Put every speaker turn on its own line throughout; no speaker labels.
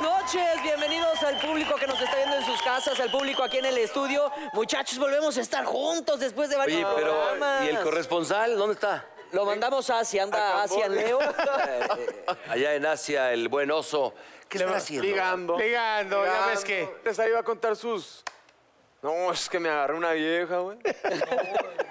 noches, bienvenidos al público que nos está viendo en sus casas, al público aquí en el estudio. Muchachos, volvemos a estar juntos después de varios
Oye, pero
programas.
¿y el corresponsal dónde está?
Lo mandamos a Asia, anda Asia Leo.
Allá en Asia, el buen oso. ¿Qué
Le
está
va-
haciendo?
Ligando.
Ligando, ya ves que-
Les iba a contar sus. No, es que me agarré una vieja, güey.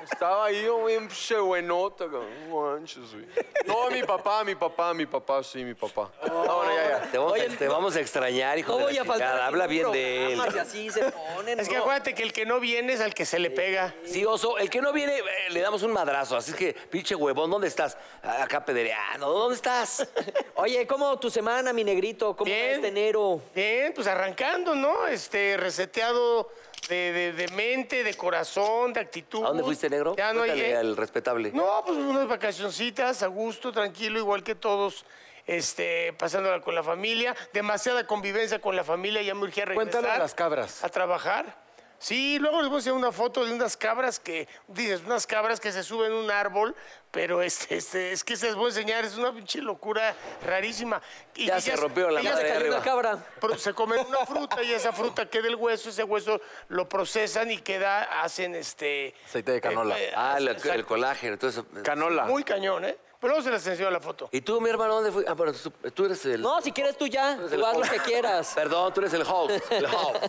Estaba ahí, yo, güey, un pinche buenota, cabrón. No manches, güey. No, mi papá, mi papá, mi papá, sí, mi papá. Ah, bueno, ya, ya.
Te vamos,
Oye,
a, te vamos a extrañar, hijo
No
de la
voy a faltar.
chingada.
aquí
Habla
en
bien de él.
programas y así se ponen.
Es que
¿no?
acuérdate que el que no viene es al que se le pega.
Sí, oso, el que no viene, eh, le damos un madrazo. Así es que, pinche huevón, ¿dónde estás? Ah, Acá pedereano, ¿dónde estás?
Oye, ¿cómo tu semana, mi negrito? ¿Cómo va
Bien.
este enero?
Bien, pues arrancando, ¿no? Este, reseteado de, de- de mente, de corazón, de actitud.
¿A dónde fuiste, negro?
Ya no
Cuéntale
llegué.
al respetable.
No, pues unas vacacioncitas, a gusto, tranquilo, igual que todos. Este, pasándola con la familia, demasiada convivencia con la familia, ya me urgía regresar.
Cuéntale a las cabras.
A trabajar. Sí, luego les voy a enseñar una foto de unas cabras que, dices, unas cabras que se suben a un árbol, pero este, este, es que se les voy a enseñar, es una pinche locura rarísima. Y
Ya
y
se rompió la
y ya
madre
se
de
cayó
arriba.
la
Cabra.
pero se comen una fruta y esa fruta queda el hueso, ese hueso lo procesan y queda, hacen este...
Aceite de canola.
Ah, el,
eh, exacto.
el colágeno, entonces. eh,
Canola.
Muy cañón, ¿eh? Pero luego se les enseñó la foto.
¿Y tú, mi hermano, dónde fuiste? Ah, bueno, tú, tú eres el.
No, si quieres tú ya,
tú eres
tú haz lo
host.
que quieras.
Perdón, tú eres el host. El host.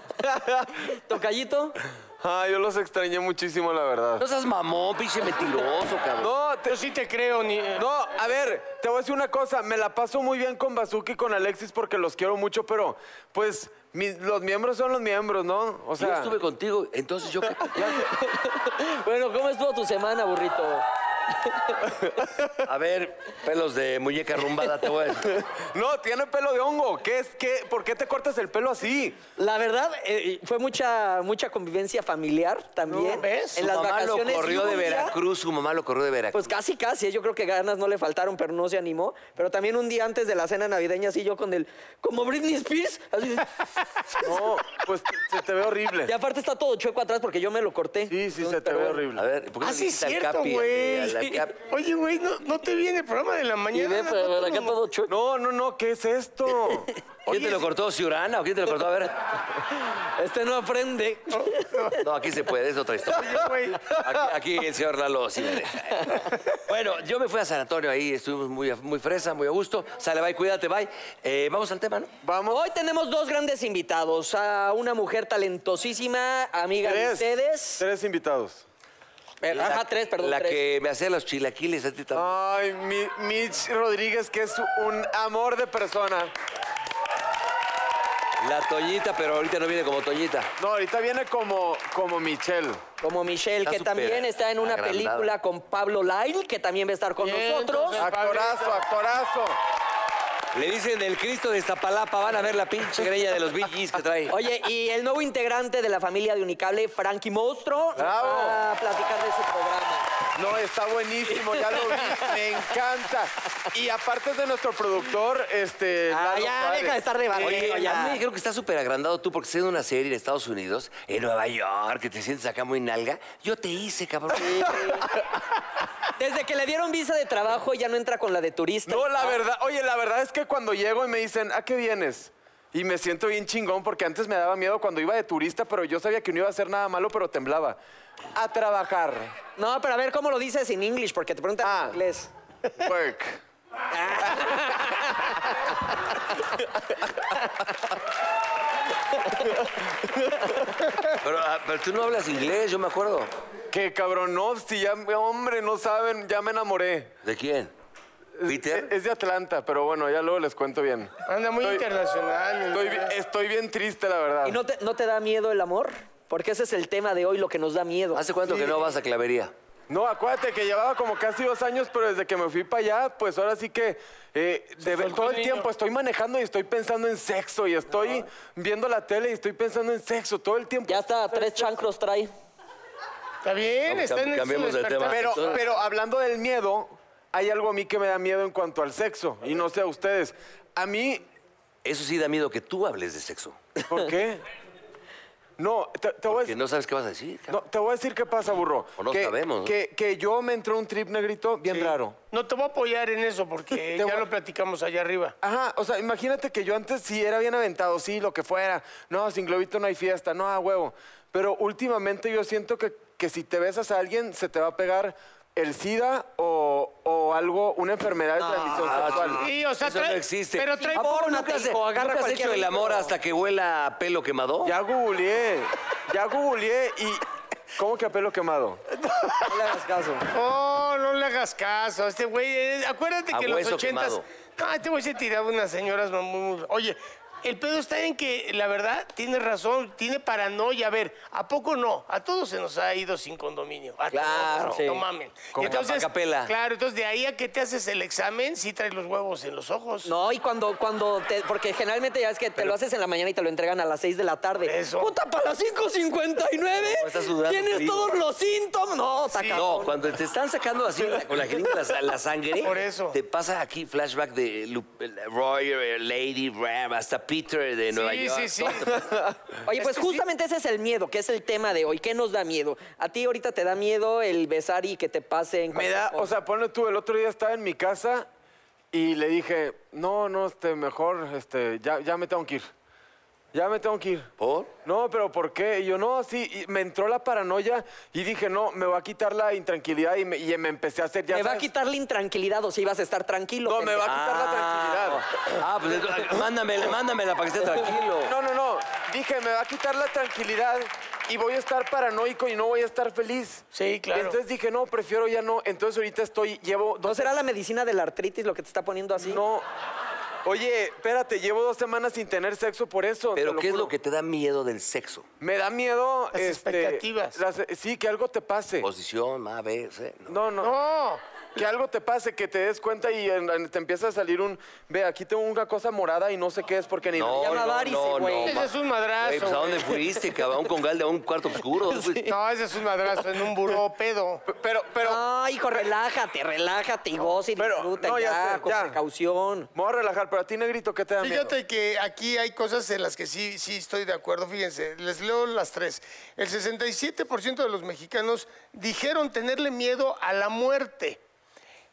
Tocallito.
Ah, yo los extrañé muchísimo, la verdad.
No seas mamón, pinche mentiroso, cabrón.
No, te-
Yo sí te creo, ni... eh,
No, a ver, te voy a decir una cosa. Me la paso muy bien con Bazuki y con Alexis porque los quiero mucho, pero pues mis- los miembros son los miembros, ¿no? O
Yo
sea,
estuve contigo, entonces yo... qué-
Bueno, ¿cómo estuvo tu semana, burrito?
A ver, pelos de muñeca rumbada, te voy a decir.
no, tiene pelo de hongo. ¿Qué es? ¿Qué? ¿Por qué te cortas el pelo así?
La verdad, eh, fue mucha, mucha convivencia familiar también.
No, ¿ves?
En
Su
las
mamá
vacaciones.
lo corrió
hubo
de
un día-
Veracruz, su mamá lo corrió de Veracruz.
Pues casi, casi. Yo creo que ganas no le faltaron, pero no se animó. Pero también un día antes de la cena navideña, así yo con el. Como Britney Spears. así de-
No, pues te- se te ve horrible.
y aparte está todo chueco atrás porque yo me lo corté.
Sí, sí, se te
Pero
ve
bueno.
a
horrible.
ver, ¿por qué no
Ah,
le
sí, es
quita el
cierto,
capi? eh, al- al- al
güey.
capi?
Oye, güey, no, no te viene el programa de la
Y
mañana.
ve, pues,
no
pero
te
acá
lo-
todo chueco.
No, no, no, ¿qué es esto?
¿Quién te lo cortó, Ciurana o quién te lo cortó? A ver.
Este no aprende.
No, aquí se puede, es otra historia.
Güey,
Aquí, aquí el señor Lalo sí le deja. eh. Bueno, yo me fui a San Antonio ahí, estuvimos muy, a- muy fresa, muy a gusto. Sale, bye, cuídate, bye. Eh, vamos al tema, ¿no?
Vamos.
Hoy tenemos dos grandes invitados. A una mujer talentosísima, amiga de
Tres,
ustedes. Eh,
tres invitados.
Ajá, tres, perdón.
La
tres.
que me hacía los chilaquiles a ti también.
Ay, mi- Mitch Rodríguez, que es un amor de persona.
Ah.
La Toñita, pero ahorita no viene como Toñita.
No, ahorita viene como, como Michelle.
Como Michelle,
Está
que
súper
también está en una
agrandada.
película con Pablo Lyle, que también va a estar con
Bien,
nosotros.
entonces-
Actorazo, actorazo.
Le dicen el Cristo de Iztapalapa, van a ver la pinche greña de los Bee Gees que trae.
Oye, y el nuevo integrante de la familia de Unicable, Frankie Monstro, nos
Bravo.
va a platicar de su programa.
No, está buenísimo, ya lo vi, me encanta. Y aparte es de nuestro productor, este.
Ah,
Lalo
ya,
Suárez.
deja de estar rebarriendo
Oye,
ya.
Eh, a mí me dijeron que está súper agrandado tú porque siendo una serie en Estados Unidos, en Nueva York, que te sientes acá muy nalga. Yo te hice, cabrón.
Desde que le dieron visa de trabajo, ya no entra con la de turista.
No, la verdad, oye, la verdad es que cuando llego y me dicen, ¿a qué vienes? Y me siento bien chingón porque antes me daba miedo cuando iba de turista, pero yo sabía que no iba a hacer nada malo, pero temblaba. A trabajar.
No, pero a ver cómo lo dices en English, porque te preguntan
Ah.
en inglés.
Work.
Pero, ah, pero tú no hablas inglés, yo me acuerdo.
Que cabrón, no, si ya, hombre, no saben, ya me enamoré.
¿De quién?
Es,
Eh,
¿Peter?
es de Atlanta, pero bueno, ya luego les cuento bien.
Anda muy
Estoy-
internacional.
Estoy, bi- estoy bien triste, la verdad.
¿Y no te, no te da miedo el amor? Porque ese es el tema de hoy, lo que nos da miedo.
¿Hace cuánto que no vas a clavería?
No, acuérdate que llevaba como casi dos años, pero desde que me fui para allá, pues ahora sí que eh, de ver-
soltó
todo
el
el
niño.
tiempo estoy manejando y estoy pensando en sexo y estoy viendo la tele y estoy pensando en sexo todo el tiempo.
Ya hasta tres chancros trae.
Está bien,
Vamos,
está
cam-
en el
cambiemos de tema.
Pero, pero hablando del miedo, hay algo a mí que me da miedo en cuanto al sexo y no sé a ustedes. A mí,
Eso sí da miedo que tú hables de sexo.
¿por qué? No, te, te voy a
Que no sabes qué vas a decir. cabrón.
No, te voy a decir qué pasa, burro.
O no
que,
sabemos, ¿no?
Que, que yo me entró un trip negrito bien raro.
No te voy a apoyar en eso porque
Te
ya
voy a-
lo platicamos allá arriba.
Ajá, o sea, imagínate que yo antes sí era bien aventado, sí, lo que fuera. No, sin globito no hay fiesta, no, a huevo. Pero últimamente yo siento que, que si te besas a alguien, se te va a pegar el SIDA o, o algo, una enfermedad de transmisión sexual.
Sí, o sea,
Eso
trae-
no existe.
Pero trae
¿A poco
¿Nunca
no te
has-
dijo? Agarra
nunca has
cualquier
hecho el
libro.
amor hasta que huela a pelo quemado?
Ya googleé, ya googleé y... ¿Cómo que a pelo quemado?
No le hagas caso.
Oh, no le hagas caso. Este güey, eh, acuérdate
A
que en los
hueso
ochentas.
quemado.
No, este güey se tiraba unas señoras muy, muy- Oye, el pedo está en que, la verdad, tiene razón, tiene paranoia. A ver, ¿a poco no? A todos se nos ha ido sin condominio. A
Claro,
todos,
sí.
No mamen.
Como Capacapela.
Claro, entonces de ahí a que te haces el examen, sí traes los huevos en los ojos.
No, y cuando, cuando te, porque generalmente ya es que te lo haces en la mañana y te lo entregan a las 6 de la tarde.
eso.
Puta, para las 5.59
No, está sudando
tienes
frío.
todos los síntomas. No, está
No,
cabrón.
cuando te están sacando así la- con la jeringa la, la sangre,
Por eso.
te pasa aquí flashback de Lu- Roy, eh, Lady Ram, hasta Peter de Nueva
sí,
York.
sí, sí.
Oye,
Es
pues
que sí.
justamente ese es el miedo, que es el tema de hoy. ¿Qué nos da miedo? A ti ahorita te da miedo el besar y que te pase en
Me da, o sea, ponle tú, el otro día estaba en mi casa y le dije, no, no, este, mejor, este, ya, ya me tengo que ir. Ya me tengo que ir.
¿Por?
No, pero ¿por qué? Y yo, no, sí, y me entró la paranoia y dije, no, me va a quitar la intranquilidad y me, y me empecé a hacer, ya
me va a
sabes.
quitar la intranquilidad, o si ibas a estar tranquilo.
No, me va a quitar la tranquilidad.
Ah, pues entonces, mándamela, mándamela para que esté tranquilo.
No, no, no, dije, me va a quitar la tranquilidad y voy a estar paranoico y no voy a estar feliz.
Sí, claro.
Entonces dije, no, prefiero ya no. Entonces ahorita estoy, llevo...
¿No
dos
será la medicina de la artritis lo que te está poniendo así?
No. Oye, espérate, llevo dos semanas sin tener sexo por eso.
Pero
te lo
¿qué es
juro.
lo que te da miedo del sexo?
Me da miedo.
Las
este,
expectativas.
las- sí, que algo te pase.
Pues, Posición, A, B, C. No.
No, no.
No.
Que algo te pase, que te des cuenta y en- en- te empieza a salir un. Ve, aquí tengo una cosa morada y no sé qué es porque ni.
No,
llama varices, güey.
Ese
ma-
es un madrazo,
Güey, pues, ¿A
güey.
dónde fuiste, cabrón? ¿A ¿Un congal de a un cuarto oscuro? ¿Dónde fuiste?
No, ese es un madrazo en un buró pedo.
Pero, pero.
No, hijo, relájate, relájate y goza y
Pero,
disfruta
no,
ya,
ya sé,
con
ya.
precaución.
Me voy a relajar, pero a ti, negrito, ¿qué te da miedo?
Fíjate que aquí hay cosas en las que sí, sí estoy de acuerdo. Fíjense, les leo las tres. El 67% de los mexicanos dijeron tenerle miedo a la muerte.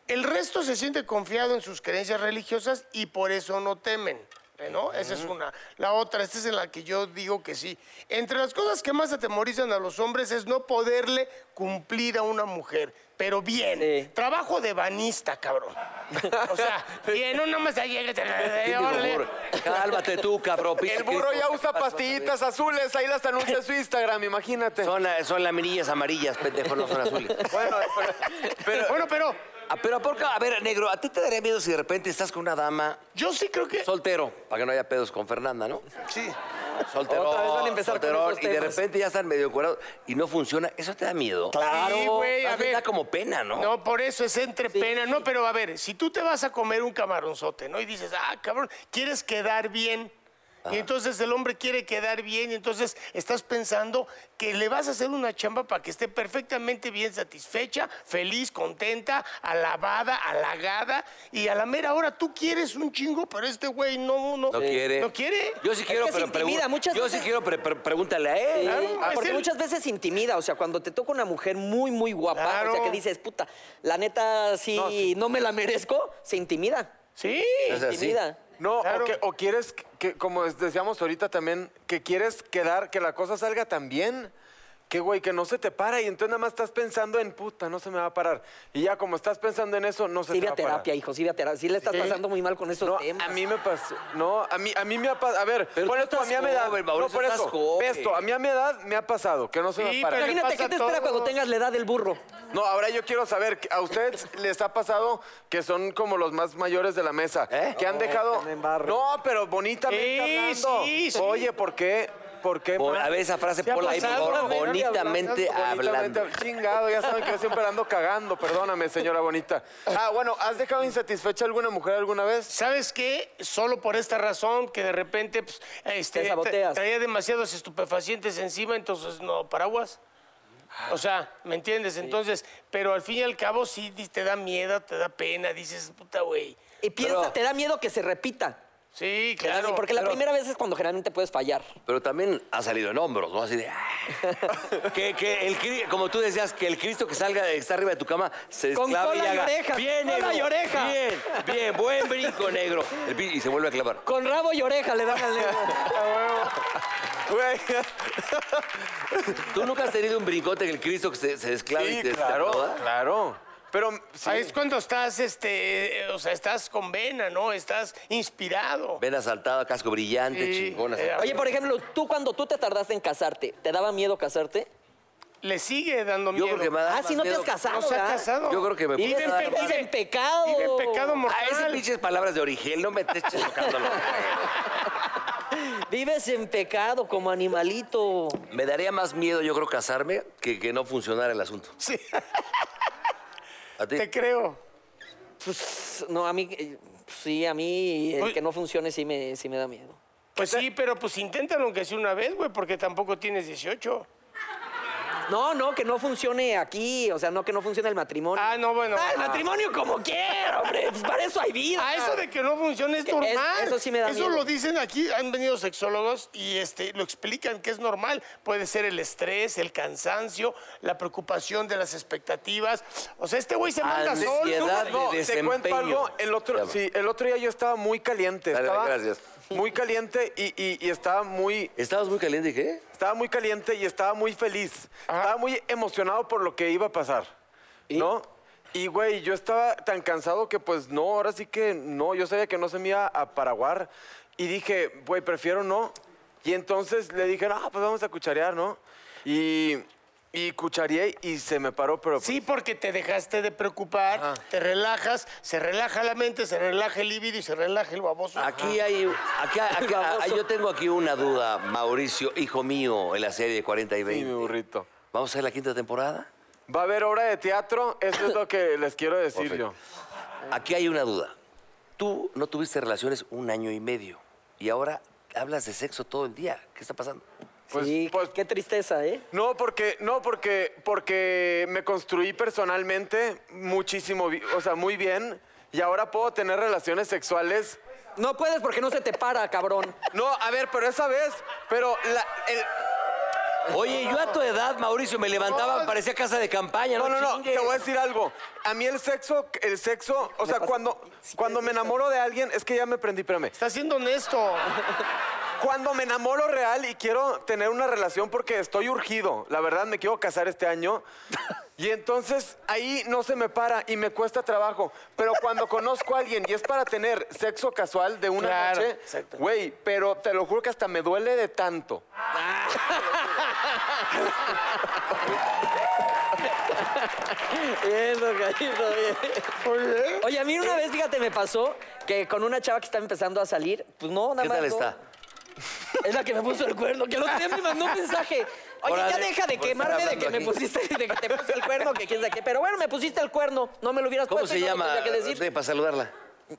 El resto se siente confiado en sus creencias religiosas y por eso no temen. ¿eh, ¿No? Esa es una. La otra, esta es en la que yo digo que sí. Entre las cosas que más atemorizan a los hombres es no poderle cumplir a una mujer. Pero bien,
Sí.
trabajo de banista, cabrón. O sea, bien, no nomás ahí llega, te- Eh, órale.
Por favor, Cálmate tú, cabrón. pinche
El burro
Cristo.
ya usa pastillitas azules, ahí las anuncia en su Instagram, imagínate.
Son, la- son laminillas amarillas, pendejo, no son azules.
Bueno, pero, pero-
Bueno, pero
Ah, pero ¿a poco? A ver, negro, ¿a ti te daría miedo si de repente estás con una dama
yo sí creo que.
soltero? Para que no haya pedos con Fernanda, ¿no?
Sí.
Soltero.
Otra vez van a empezar con
solterón,
esos
Y de
temas.
repente ya están medio curados y no funciona. ¿Eso te da miedo?
Claro.
Sí, güey, a
Más bien
ver.
Da como pena, ¿no?
No, por eso es entre pena. No, pero a ver, si tú te vas a comer un camaronzote, ¿no? Y dices, ah, cabrón, quieres quedar bien. Y entonces el hombre quiere quedar bien y entonces estás pensando que le vas a hacer una chamba para que esté perfectamente bien satisfecha, feliz, contenta, alabada, halagada y a la mera hora tú quieres un chingo, pero este güey no, no,
No quiere.
No quiere.
Yo sí
Es
quiero,
que se
pero
intimida,
pregun-
muchas
Yo
veces-
sí quiero, pero pero pregúntale a él.
Sí,
Claro,
ah,
es
porque
el-
muchas veces intimida, o sea, cuando te toca una mujer muy, muy guapa, o sea,
Claro.
que dices, puta, la neta, si no,
No, sí.
me la merezco, se intimida.
Sí.
Es así.
Intimida.
No,
Claro.
o, que- o quieres que- que, como es- decíamos ahorita también, que quieres quedar, que la cosa salga tan bien, que güey, que no se te para y entonces nada más estás pensando en puta, no se me va a parar. Y ya como estás pensando en eso, no se
Sí,
te
ve
va
a
a parar.
terapia, hijo, sí, ve a terapia. Sí le estás pasando muy mal con esos
No,
temas.
a mí me pasó. No, a mí, a mí me ha pasado. A ver,
Pero
por
tú
esto, a mí
estás
a mi edad.
joven,
no,
Mauricio,
por
estás
eso.
joven.
Esto, a mí a mi edad me ha pasado, que no se
Sí,
me va a parar.
pero-
Imagínate,
pasa
¿qué te
a
espera
todos.
cuando tengas la edad del burro?
No, ahora yo quiero saber, ¿a ustedes les ha pasado que son como los más mayores de la mesa?
¿Eh?
Que han dejado.
me embarro.
No, pero bonitamente
Sí,
hablando.
sí, sí.
Oye, ¿por qué? ¿Por qué?
Por-
ma?
a ver, esa frase,
ha
ponla ahí, por
pasado,
favor.
güey, no le hablamos,
Bonitamente
Bonitamente
hablando.
hab- Chingado, ya saben que yo siempre ando cagando. Perdóname, señora bonita. Ah, bueno, ¿has dejado insatisfecha a alguna mujer alguna vez?
¿Sabes qué? Solo por esta razón que de repente pues, este,
Te saboteas.
tra- traía demasiados estupefacientes encima, entonces no, paraguas. O sea, ¿me entiendes? Entonces, pero al fin y al cabo sí di- te da miedo, te da pena, dices, puta güey.
Y piensa,
Pero-
te da miedo que se repita.
Sí,
Claro,
claro.
porque la
pero-
primera vez es cuando generalmente puedes fallar.
Pero también ha salido en hombros, ¿no? Así de. ah. que, que el, cri- como tú decías, que el Cristo que salga está arriba de tu cama se
Con
esclava y
cola y
haga.
orejas,
bien,
cola
negro.
y oreja".
Bien, bien, buen brinco, negro. El pi- y se vuelve a clavar.
Con rabo y oreja le dan al negro.
Güey.
¿Tú nunca has tenido un brincote que el Cristo que se, se desclava y
Sí,
te te
claro,
acomoda?
claro. Pero sí.
Ahí es cuando estás, este, eh, o sea, estás con vena, ¿no? Estás inspirado.
Ven asaltada, casco brillante,
Sí,
chingona.
eh,
Oye, por ejemplo, tú cuando tú te tardaste en casarte, ¿te daba miedo casarte?
Le sigue dando
Yo
miedo.
creo que me da
Ah,
más
si no te
miedo-
has casado,
No se ha
¿verdad?
casado.
Yo creo que me
Y
puede
Pues, en,
dar-
pe- vive en pecado.
Vive en pecado
Ah, esas
mortal.
pinches palabras de origen, no me te eches tocándolo.
Vives en pecado como animalito.
Me daría más miedo, yo creo, casarme que que no funcionara el asunto.
Sí,
¿A ti?
te creo.
Pues, no, a mí, eh, sí, a mí el
Uy.
que no funcione sí me, sí me da miedo.
Pues sí, pero pues inténtalo aunque sea una vez, güey, porque tampoco tienes 18.
No, no, que no funcione aquí, o sea, no que no funcione el matrimonio.
Ah, no, bueno.
Ah, el matrimonio como quiera, hombre, pues para eso hay vida.
Ah, eso de que no funciona es
Que es-
normal.
eso sí me da
Eso
miedo.
lo dicen aquí, han venido sexólogos y este, lo explican que es normal. Puede ser el estrés, el cansancio, la preocupación de las expectativas. O sea, este güey se manda solo.
Ah, Ansiedad de
No, te
desempeño.
cuento algo. El otro,
Llama.
sí, el otro día yo estaba muy caliente.
Dale,
estaba
gracias.
Muy caliente y, y- y estaba muy.
Estabas muy caliente, ¿eh? ¿qué?
Estaba muy caliente y estaba muy feliz. Estaba muy emocionado por lo que iba a pasar. ¿No? Y, güey, yo estaba tan cansado que, pues, no, ahora sí que no. Yo sabía que no se me iba a paraguar. Y dije, güey, prefiero no. Y entonces le dije, ah, pues vamos a cucharear, ¿no? Y, y cuchareé y se me paró, pero... pues,
Sí, porque te dejaste de preocupar, te relajas, se relaja la mente, se relaja el libido y se relaja el baboso.
Aquí hay, aquí, hay- aquí- ah, yo tengo aquí una duda, Mauricio, hijo mío, en la serie 40 y
Sí,
20.
mi burrito.
¿Vamos a hacer la quinta temporada?
Va a haber obra de teatro, eso es lo que les quiero decir yo.
Aquí hay una duda. Tú no tuviste relaciones un año y medio y ahora hablas de sexo todo el día. ¿Qué está pasando?
Pues,
sí,
pues-
qué tristeza, ¿eh?
No, porque, no, porque, porque me construí personalmente muchísimo, bi- o sea, muy bien. Y ahora puedo tener relaciones sexuales.
No puedes porque no se te para, cabrón.
No, a ver, pero esa vez, pero la, el-
Oye, yo a tu edad, Mauricio, me levantaba, parecía casa de campaña.
no,
No,
no, no,
Chingues.
te voy a decir algo. A mí el sexo, el sexo, o sea, cuando, cuando me enamoro de alguien, es que ya me prendí, espérame.
Estás siendo honesto.
Cuando me enamoro real y quiero tener una relación porque estoy urgido, la verdad me quiero casar este año. Y entonces ahí no se me para y me cuesta trabajo. Pero cuando conozco a alguien y es para tener sexo casual de una
Claro,
noche,
exacto.
güey, pero te lo juro que hasta me duele de tanto.
Bien, tocadito, bien. Oye, a mí una vez, fíjate, me pasó que con una chava que estaba empezando a salir, pues no, nada
¿Qué
más.
tal
no.
está?
Es la que me puso el cuerno, que el otro día me mandó un mensaje. Oye,
Órale,
ya deja de
por estar
quemarme de
hablando
que me
aquí.
pusiste, de que te puse el cuerno, que quién sabe qué. Pero bueno, me pusiste el cuerno, no me lo hubieras
¿Cómo
puesto.
se
y no lo
llama?
tendría que decir.
Eh, Para saludarla.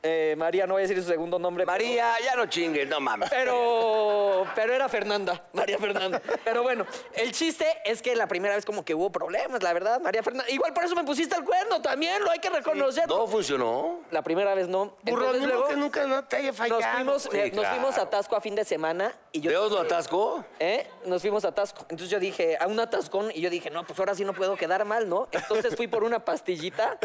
Eh, María, no voy a decir su segundo nombre. pero-
María, ya no chingues, no mames.
Pero, pero era Fernanda, María Fernanda. Pero bueno, el chiste es que la primera vez como que hubo problemas, la verdad, María Fernanda. Igual por eso me pusiste el cuerno también, lo hay que reconocer.
No funcionó.
La primera vez no.
Burro,
Entonces
ni modo
luego
que nunca no te haya
nos
fallado.
fuimos,
Sí,
eh, nos
claro.
fuimos a Tasco a fin de semana y yo...
¿Deos lo atascó?
¿eh? Nos fuimos a Tasco. Entonces yo dije, a un atascón, y yo dije, no, pues ahora sí no puedo quedar mal, ¿no? Entonces fui por una pastillita.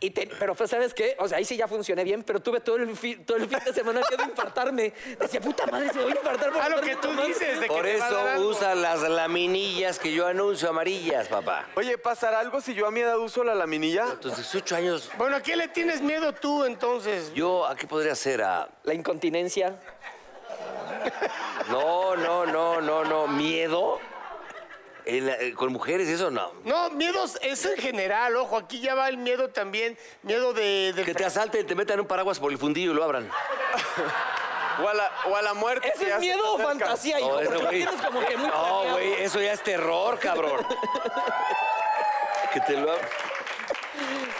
Y te- pero pues, ¿sabes qué? O sea, ahí sí ya funcioné bien, pero tuve todo el, fi- todo el fin de semana miedo de infartarme. Decía, puta madre, se voy a infartar. por
Ah, lo
estarme
que tú
tomando".
dices de que
Por
te va a dar
eso
algo.
usa las laminillas que yo anuncio amarillas, papá.
Oye, ¿pasará algo si yo a mi edad uso la laminilla?
Entonces, ocho años,
Bueno, ¿a qué le tienes miedo tú entonces?
yo, ¿a qué podría ser? A...
La incontinencia.
No, no, no, no, no. ¿Miedo? En la- eh, ¿Con mujeres eso no?
No, miedos es en general, ojo, aquí ya va el miedo también, miedo de... del
Que te asalten, te metan un paraguas por el fundillo y lo abran.
O a la, o a la muerte. si
¿Ese es
ya se
miedo
te
o
acerca.
fantasía, hijo?
No, eso,
Porque lo
güey.
tienes como que muy
No,
planeado.
güey, eso ya es terror, cabrón. que te lo ab-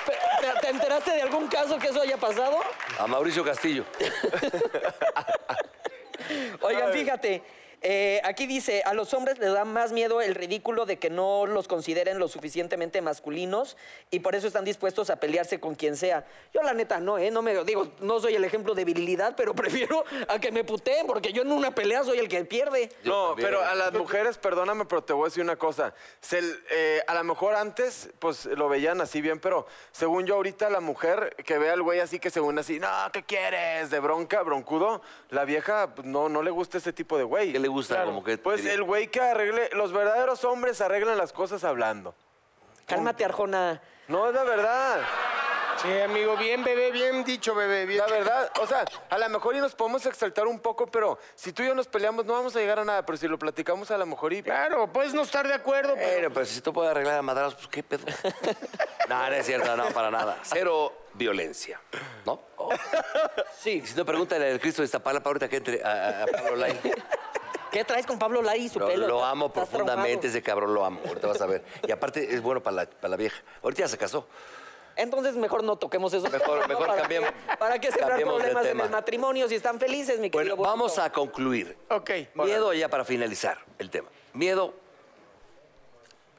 ¿Te- ¿Te enteraste de algún caso que eso haya pasado?
A Mauricio Castillo.
Oigan, fíjate, Eh, aquí dice, a los hombres les da más miedo el ridículo de que no los consideren lo suficientemente masculinos y por eso están dispuestos a pelearse con quien sea. Yo la neta no, ¿eh? No me digo, no soy el ejemplo de virilidad, pero prefiero a que me puteen porque yo en una pelea soy el que pierde.
Yo
No,
también.
pero a las mujeres, perdóname, pero te voy a decir una cosa. Se l- eh, a lo mejor antes, pues lo veían así bien, pero según yo ahorita la mujer que ve al güey así que según así, no, ¿qué quieres? De bronca, broncudo, la vieja pues, no, no le gusta ese tipo de güey.
¿Qué le gusta? Como que-
Pues el güey que arregle, los verdaderos hombres arreglan las cosas hablando.
Cálmate, Arjona.
No, es la verdad.
Sí, amigo, bien, bebé, bien dicho, bebé, bien.
La verdad, o sea, a lo mejor y nos podemos exaltar un poco, pero si tú y yo nos peleamos no vamos a llegar a nada, pero si lo platicamos a lo mejor y...
Claro, puedes no estar de acuerdo, pero...
Bueno, pero si tú puedes arreglar a madrazos, pues qué pedo. no, no es cierto, no, para nada. Cero violencia, ¿no? Sí. Si no, pregúntale al Cristo de Iztapalapa ahorita que entre a, a Pablo Lai.
¿Qué traes con Pablo Lari y su
Lo,
pelo?
lo
Estás-
amo
estás
profundamente,
traumado.
ese cabrón lo amo. Ahorita vas a ver. Y aparte es bueno para la, para la vieja. Ahorita ya se casó.
Entonces mejor no toquemos eso.
Mejor- mejor
¿Para
cambiemos-
qué- ¿Para qué sembrar
cambiemos de
problemas en
tema.
el matrimonio si están felices, mi querido?
Bueno, vamos
bonito?
a concluir.
Ok.
Miedo ya para finalizar el tema. Miedo,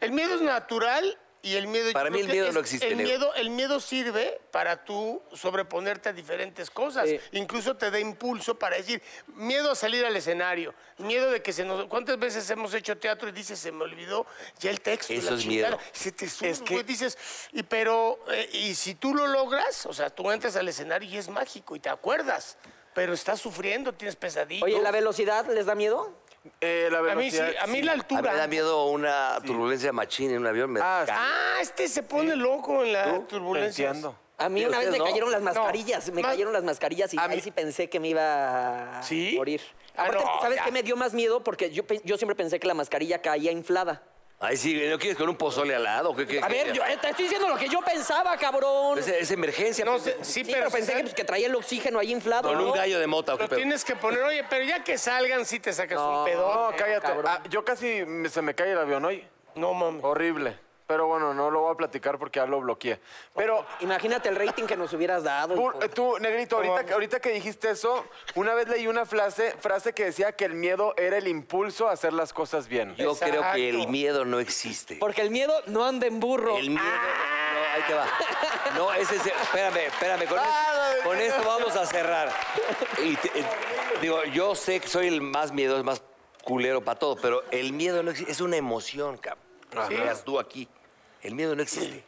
El miedo es natural y el miedo... yo
Para mí
creo
el
que
miedo
es-
no existe,
El
negro.
miedo, el miedo sirve para tú sobreponerte a diferentes cosas.
Sí.
Incluso te da impulso para decir, miedo a salir al escenario, miedo de que se nos... ¿Cuántas veces hemos hecho teatro y dices, se me olvidó ya el texto?
Eso
la
es
chingada"?
miedo.
Se te sube, güey, dices, y pero... eh, y si tú lo logras, o sea, tú entras al escenario y es mágico y te acuerdas, pero estás sufriendo, tienes pesadillas.
Oye, ¿la velocidad les da miedo?
Eh, la
a mí sí,
velocidad...
a mí la
a mí
altura...
me da miedo una turbulencia machín en un avión. Me
Ah,
caga.
Ah, este se pone loco en la
Tú, Ah, te
turbulencia.
entiendo.
A mí
Sí,
una vez me
ustedes no.
cayeron las mascarillas, me
Más-
cayeron las mascarillas y
A
ahí
mí-
sí pensé que me iba a
¿Sí?
morir.
Ah,
Aparte,
no,
¿sabes
ya.
qué me dio más miedo? Porque yo, pe- yo siempre pensé que la mascarilla caía inflada.
Ay, sí, ¿no quieres con un pozole al lado? ¿Qué, qué-
A
qué-
ver, yo, eh, te estoy diciendo lo que yo pensaba, cabrón.
Es,
Sí,
es emergencia.
No
pues,
sé, sí,
pero,
pero,
pensé que, pues, que traía el oxígeno ahí inflado.
Con
¿no?
un gallo de mota. ¿o qué
lo
pedo?
tienes que poner, oye, pero ya que salgan, sí te sacas un pedo.
No, cállate.
cabrón.
Ah, yo casi me- se me cae el avión hoy.
No mames.
Horrible. Pero bueno, no lo voy a platicar porque ya lo bloqueé. Pero
Imagínate el rating que nos hubieras dado.
tú,
hijo.
eh, tú, Negrito, ahorita, que- ahorita que dijiste eso, una vez leí una frase, frase que decía que el miedo era el impulso a hacer las cosas bien.
Yo creo que el
Exacto.
miedo no existe.
Porque el miedo no anda en burro.
El miedo. No, ahí te va. No, ese es. Espérame, espérame. Con,
Ah,
esto, con esto vamos a cerrar. Y te- eh, digo, yo sé que soy el más miedo, el más culero para todo, pero el miedo no existe. Es una emoción, cabrón.
Ajá.
Llegas tú aquí. El miedo no existe.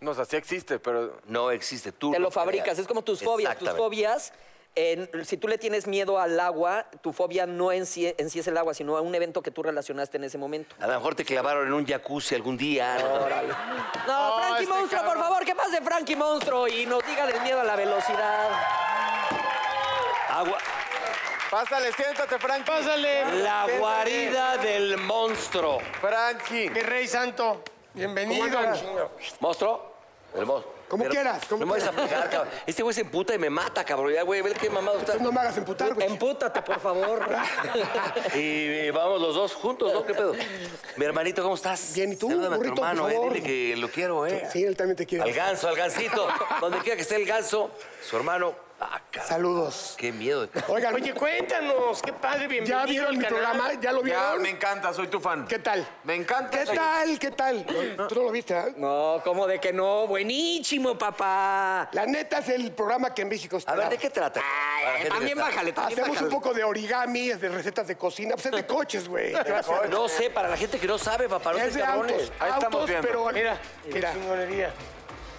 No, o sea, sí existe, pero...
No existe. Tú
Te lo
creas.
fabricas, es como tus fobias. Tus
Exactamente.
fobias, en- si tú le tienes miedo al agua, tu fobia no en sí, en sí es el agua, sino a un evento que tú relacionaste en ese momento.
A lo mejor te clavaron en un jacuzzi algún día. ¿no?
No, Frankie
este
Monstruo, por
cabrón.
favor, que pase Frankie Monstruo y nos diga del miedo a la velocidad.
Agua.
Pásale, siéntate, Frankie.
Pásale,
La guarida del monstruo.
Frankie.
mi rey santo. Bienvenido.
¿Monstruo? El monstruo.
Como quieras, como
no me vayas a pegar, cabrón. Este güey se emputa y me mata, cabrón. Ya, güey, ve qué mamado está.
No me hagas emputar, güey.
Empútate, por favor.
Y, eh, vamos los dos juntos, ¿no? ¿Qué pedo? Mi hermanito, ¿cómo estás?
Bien, ¿y tú,
Salúdame a tu
burrito, por
hermano, eh,
favor?
Dile que lo quiero, ¿eh?
Sí, él también te
Al
quiere.
ganso, al gancito. Donde quiera que esté el ganso, su hermano. Ah, cabrón,
Saludos.
Qué miedo.
Oigan,
Oye, cuéntanos, qué padre, bienvenido
¿ya vieron
al
mi
canal.
programa? ¿Ya lo
Ya,
vieron?
me encanta, soy tu fan.
¿Qué tal?
Me encanta.
¿Qué tal? ¿Qué tal? Tú no lo viste, ¿eh?
No, ¿cómo de que no? Buenísimo, papá.
La neta es el programa que en México
A
está.
ver, ¿de qué trata? Para la gente que
También
está-
bájale, también
Hacemos un
bájale.
poco de origami, de recetas de cocina. Pues es de coches, güey.
No sé, para la gente que no sabe, papá, no
Es
te
de
cabrones.
autos.
Ahí estamos
Autos,
viendo.
pero
Mira,
mira,
mira.
mira.
Chingonería.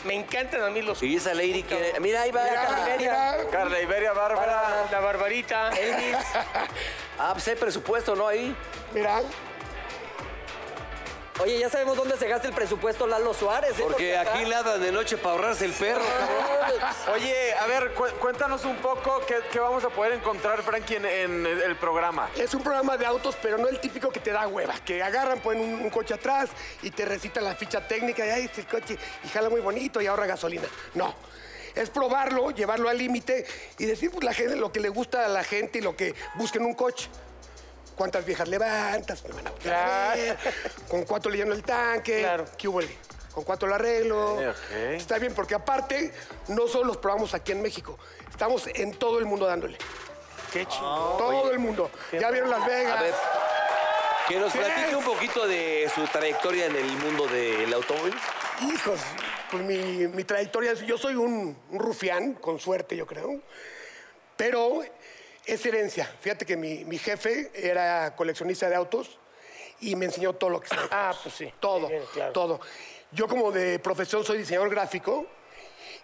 Me encantan a mí los...
Y esa lady que... Mira, ahí va.
Mira, mira.
Carla Iberia Bárbara.
La barbarita. ¿eh?
Elvis.
Ah, pues hay presupuesto, ¿no? Ahí.
mira.
Oye, ya sabemos dónde se gasta el presupuesto Lalo Suárez. ¿eh?
Porque
acá-
aquí ladan de noche para ahorrarse el perro.
Oye, a ver, cu- cuéntanos un poco qué, qué vamos a poder encontrar, Frankie, en, en el el programa.
Es un programa de autos, pero no el típico que te da hueva. Que agarran, ponen un, un coche atrás y te recitan la ficha técnica. Y, ay, este coche, y jala muy bonito y ahorra gasolina. No. Es probarlo, llevarlo al límite y decir pues, la gente, lo que le gusta a la gente y lo que busca en un coche. ¿Cuántas viejas levantas? Me van a voltear a ver. ¿Con cuánto le lleno el tanque?
Claro.
¿Qué hubo? ¿Con cuánto lo arreglo?
ok.
Está bien, porque aparte, no solo los probamos aquí en México. Estamos en todo el mundo dándole. Qué chingón. Todo el mundo. Ya vieron Las Vegas.
A ver, que nos
¿Qué
platique
es?
un poquito de su trayectoria en el mundo del automóvil.
Hijos, pues mi, mi trayectoria, es- yo soy un, un rufián, con suerte yo creo, pero es herencia. Fíjate que mi, mi jefe era coleccionista de autos y me enseñó todo lo que sabía.
Ah, pues sí.
Todo,
Bien, claro.
todo. Yo como de profesión soy diseñador gráfico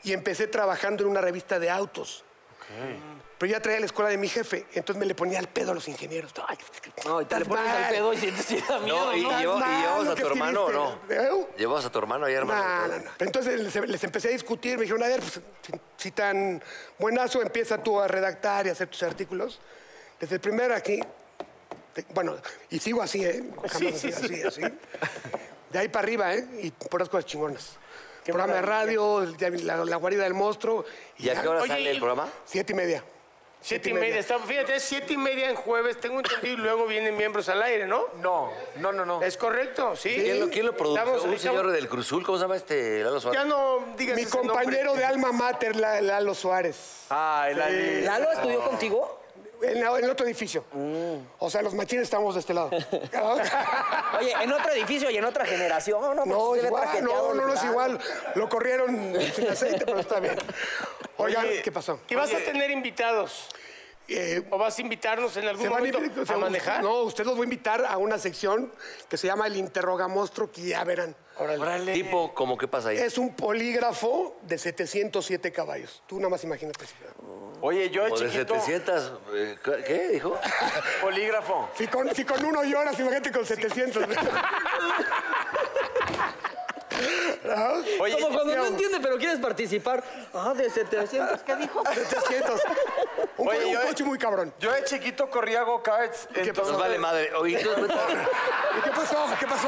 y empecé trabajando en una revista de autos. Pero ya traía la escuela de mi jefe, entonces me le ponía al pedo a los ingenieros. Ay,
No, y te le
estás
pones al
mal.
pedo y sientes que da miedo,
No, y,
¿no?
estás
llevo- y
mal,
llevabas
lo
a
que
tu hermano o no.
escribiste. ¿Eh?
Llevabas a tu hermano y hermano.
No, no, no. Entonces les, les empecé a discutir, me dijeron, a ver, pues, si, si tan buenazo empieza tú a redactar y a hacer tus artículos. Desde el primer aquí, te- bueno, y sigo así, ¿eh? Jamás así, así, así. De ahí para arriba, ¿eh? Y puras cosas chingonas. Programa de radio, el- ya vi la, la guarida del monstruo.
¿Y a qué hora
Oye,
sale el
y-
programa?
Siete y media.
Siete y media. Está, fíjate, es siete y media en jueves, tengo entendido, y luego vienen miembros al aire, ¿no?
No, no, no, no.
¿Es correcto? Sí.
¿Quién lo, quién lo produjo?
Estamos-
¿Un
estamos-
señor del Cruzul? ¿Cómo se llama este? Lalo Suárez?
Ya no digas
Mi
ese nombre.
compañero de alma mater, la- Lalo Suárez.
Ah, el Ali.
¿Lalo estudió contigo?
En, la- en el otro edificio. O sea, los machines estamos de este lado.
Oye, en otro edificio y en otra generación, ¿no? Porque
No,
se ve
igual,
traqueteado
no, no, no es
el
igual. Lo corrieron sin aceite, pero está bien. Oigan, ¿qué pasó?
¿Y vas a tener invitados?
Eh,
¿O vas a invitarnos en algún
se van a
momento
invitar- o
a
sea,
manejar?
No, usted los voy a invitar a una sección que se llama el interroga monstruo, que ya verán.
Tipo, como qué pasa ahí?
Es un polígrafo de 707 caballos. Tú nada más imagínate.
Oye, yo de
O de
chiquito.
700. eh, ¿Qué dijo?
Polígrafo.
Si con, si con uno lloras, imagínate con 700.
Oye,
Como cuando no entiende, pero quieres participar. Ah, de 700, ¿qué dijo?
700. Un, co-
Oye,
un
yo-
coche muy cabrón.
yo de chiquito corría go-karts.
pasó?
Entonces,
Nos vale madre. Oye, ¿tú
¿Y qué pasó? ¿Qué pasó?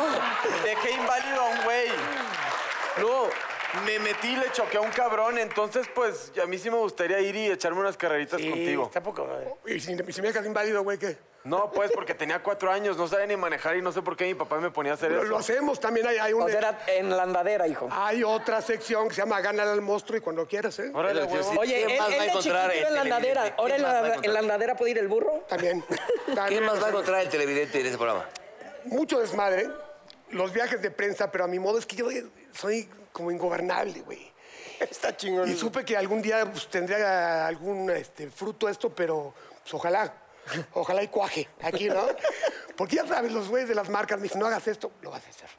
dejé inválido a un güey. No, me metí, le choqué a un cabrón. Entonces, pues, a mí sí me gustaría ir y echarme unas carreritas
Sí,
contigo.
Está poca madre.
Y si, y si me dejas inválido, güey, ¿qué?
No, pues, porque tenía cuatro años, no sabía ni manejar y no sé por qué mi papá me ponía a hacer
Lo,
eso.
lo hacemos también. Hay, hay un...
O sea, era en la andadera, hijo.
Hay otra sección que se llama Gánale al monstruo y cuando quieras, ¿eh?
Órale, huevo.
Oye, él,
¿Quién más
él
va a
de chiquito iba
encontrar
en la
el televidente?
andadera. Ahora en
¿Quién más va a
la, en
encontrar?
la andadera puede ir el burro.
También.
¿Qué
También.
más va a encontrar el televidente en ese programa?
Mucho desmadre. Los viajes de prensa, pero a mi modo es que yo soy como ingobernable, güey.
Está chingón.
Y supe que algún día pues, tendría algún este, fruto esto, pero pues, ojalá. Ojalá y cuaje aquí, ¿no? Porque ya sabes, los güeyes de las marcas me dicen, no hagas esto, lo vas a hacer.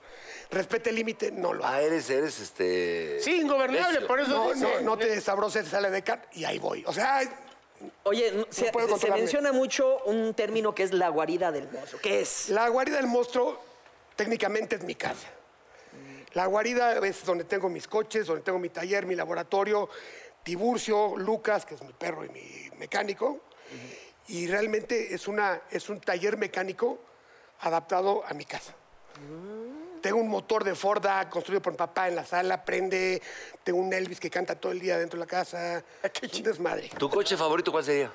Respete el límite, no lo hagas.
Ah, eres, eres este.
Sí, ingobernable, por eso
No,
dice.
no, no te desabroces, sale de car y ahí voy. O sea,
Oye, no- se, se-
puedo
se
controlarme.
menciona mucho un término que es la guarida del mozo. ¿Qué es?
La guarida del monstruo técnicamente es mi casa. La guarida es donde tengo mis coches, donde tengo mi taller, mi laboratorio, Tiburcio, Lucas, que es mi perro y mi mecánico. Y realmente es, una, es un taller mecánico adaptado a mi casa. Tengo un motor de Forda construido por mi papá en la sala, prende. Tengo un Elvis que canta todo el día dentro de la casa. Es un desmadre.
¿Tu coche favorito cuál sería?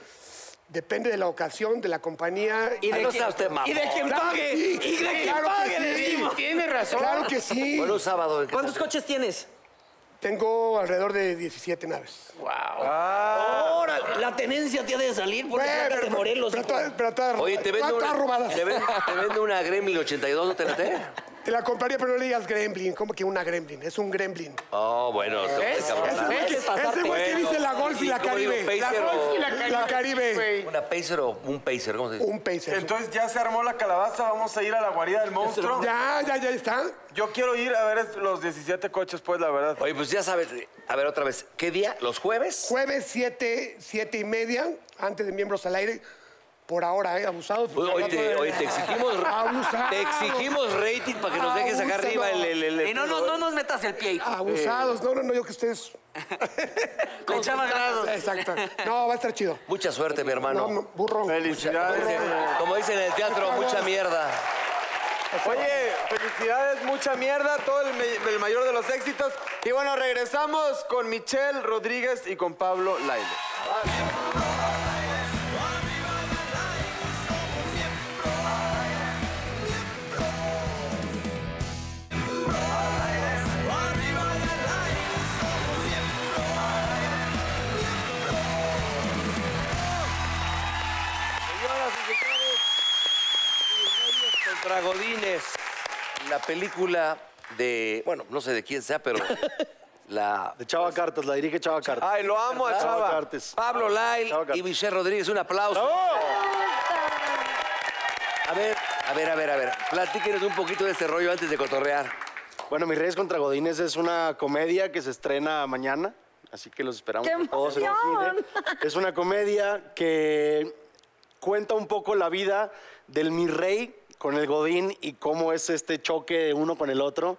Depende de la ocasión, de la compañía.
Y de
Ah, no
quién-
sea usted mamón.
y de quién
Claro
pague.
que sí.
Y de quién
Claro que
pague,
sí.
le digo.
Tiene razón.
Claro que sí.
Bueno, un sábado. ¿en qué
¿Cuántos
tal?
coches tienes?
Tengo alrededor de 17 naves.
Ahora, la tenencia tiene de salir por las placas de Morelos.
pero
hijo.
todas- pero todas
Oye, te
robadas.
vendo,
Todas
una,
robadas.
te, vendo, te vendo una Gremlin 82, ¿no te la tengo?
Te la compraría, pero no le digas gremlin. ¿Cómo que una gremlin? Es un gremlin.
Oh, bueno, te vas a
Ah,
cabronar.
¿ves?
ese
pasarte.
güey que
Bueno,
dice la Golf y la
¿cómo digo?
Caribe.
Pacer
La
o-
Golf y la Caribe.
La Caribe.
güey.
¿Una Pacer o un Pacer? ¿Cómo se dice?
Un pacer.
Entonces ya se armó la calabaza, vamos a ir a la guarida del monstruo.
Ya, ya, ya está.
Yo quiero ir a ver es- los 17 coches, pues, la verdad.
Oye, pues ya sabes. A ver, otra vez. ¿Qué día? ¿Los jueves?
Jueves 7, 7 y media, antes de miembros al aire. Por ahora, ¿eh? Abusados.
Hoy, hoy te, hoy te exigimos,
Abusados.
te exigimos rating para que nos dejes acá
Abusados.
arriba el, el- el- el-
Y Eh, no, no, no nos metas el
eh,
pie, hijo.
Abusados. No, no, no, yo que ustedes.
Con chava grados.
Exacto. No, va a estar chido.
Mucha suerte, mi hermano.
No, no, burro.
Felicidades.
Como- Como dicen en el teatro, mucha mierda.
Oye, felicidades, mucha mierda, todo el, me- el mayor de los éxitos. Y bueno, regresamos con Michelle Rodríguez y con Pablo Laile.
Contra Godínez. La película de. Bueno, no sé de quién sea, pero. La
De Chava Cartas, la dirige Chava Cartas.
Ay, lo amo a
Chava
Chava.
Cartas.
Pablo Lyle
Chava Cartas.
y Michelle Rodríguez. Un aplauso. A ver, a ver, a ver, a ver. Platíquenos un poquito de este rollo antes de cotorrear.
Bueno, Mis Reyes contra Godines es una comedia que se estrena mañana, así que los esperamos
¡Qué
a todos en el
emoción!
cine. Es una comedia que cuenta un poco la vida del Mi Rey con el Godín y cómo es este choque de uno con el otro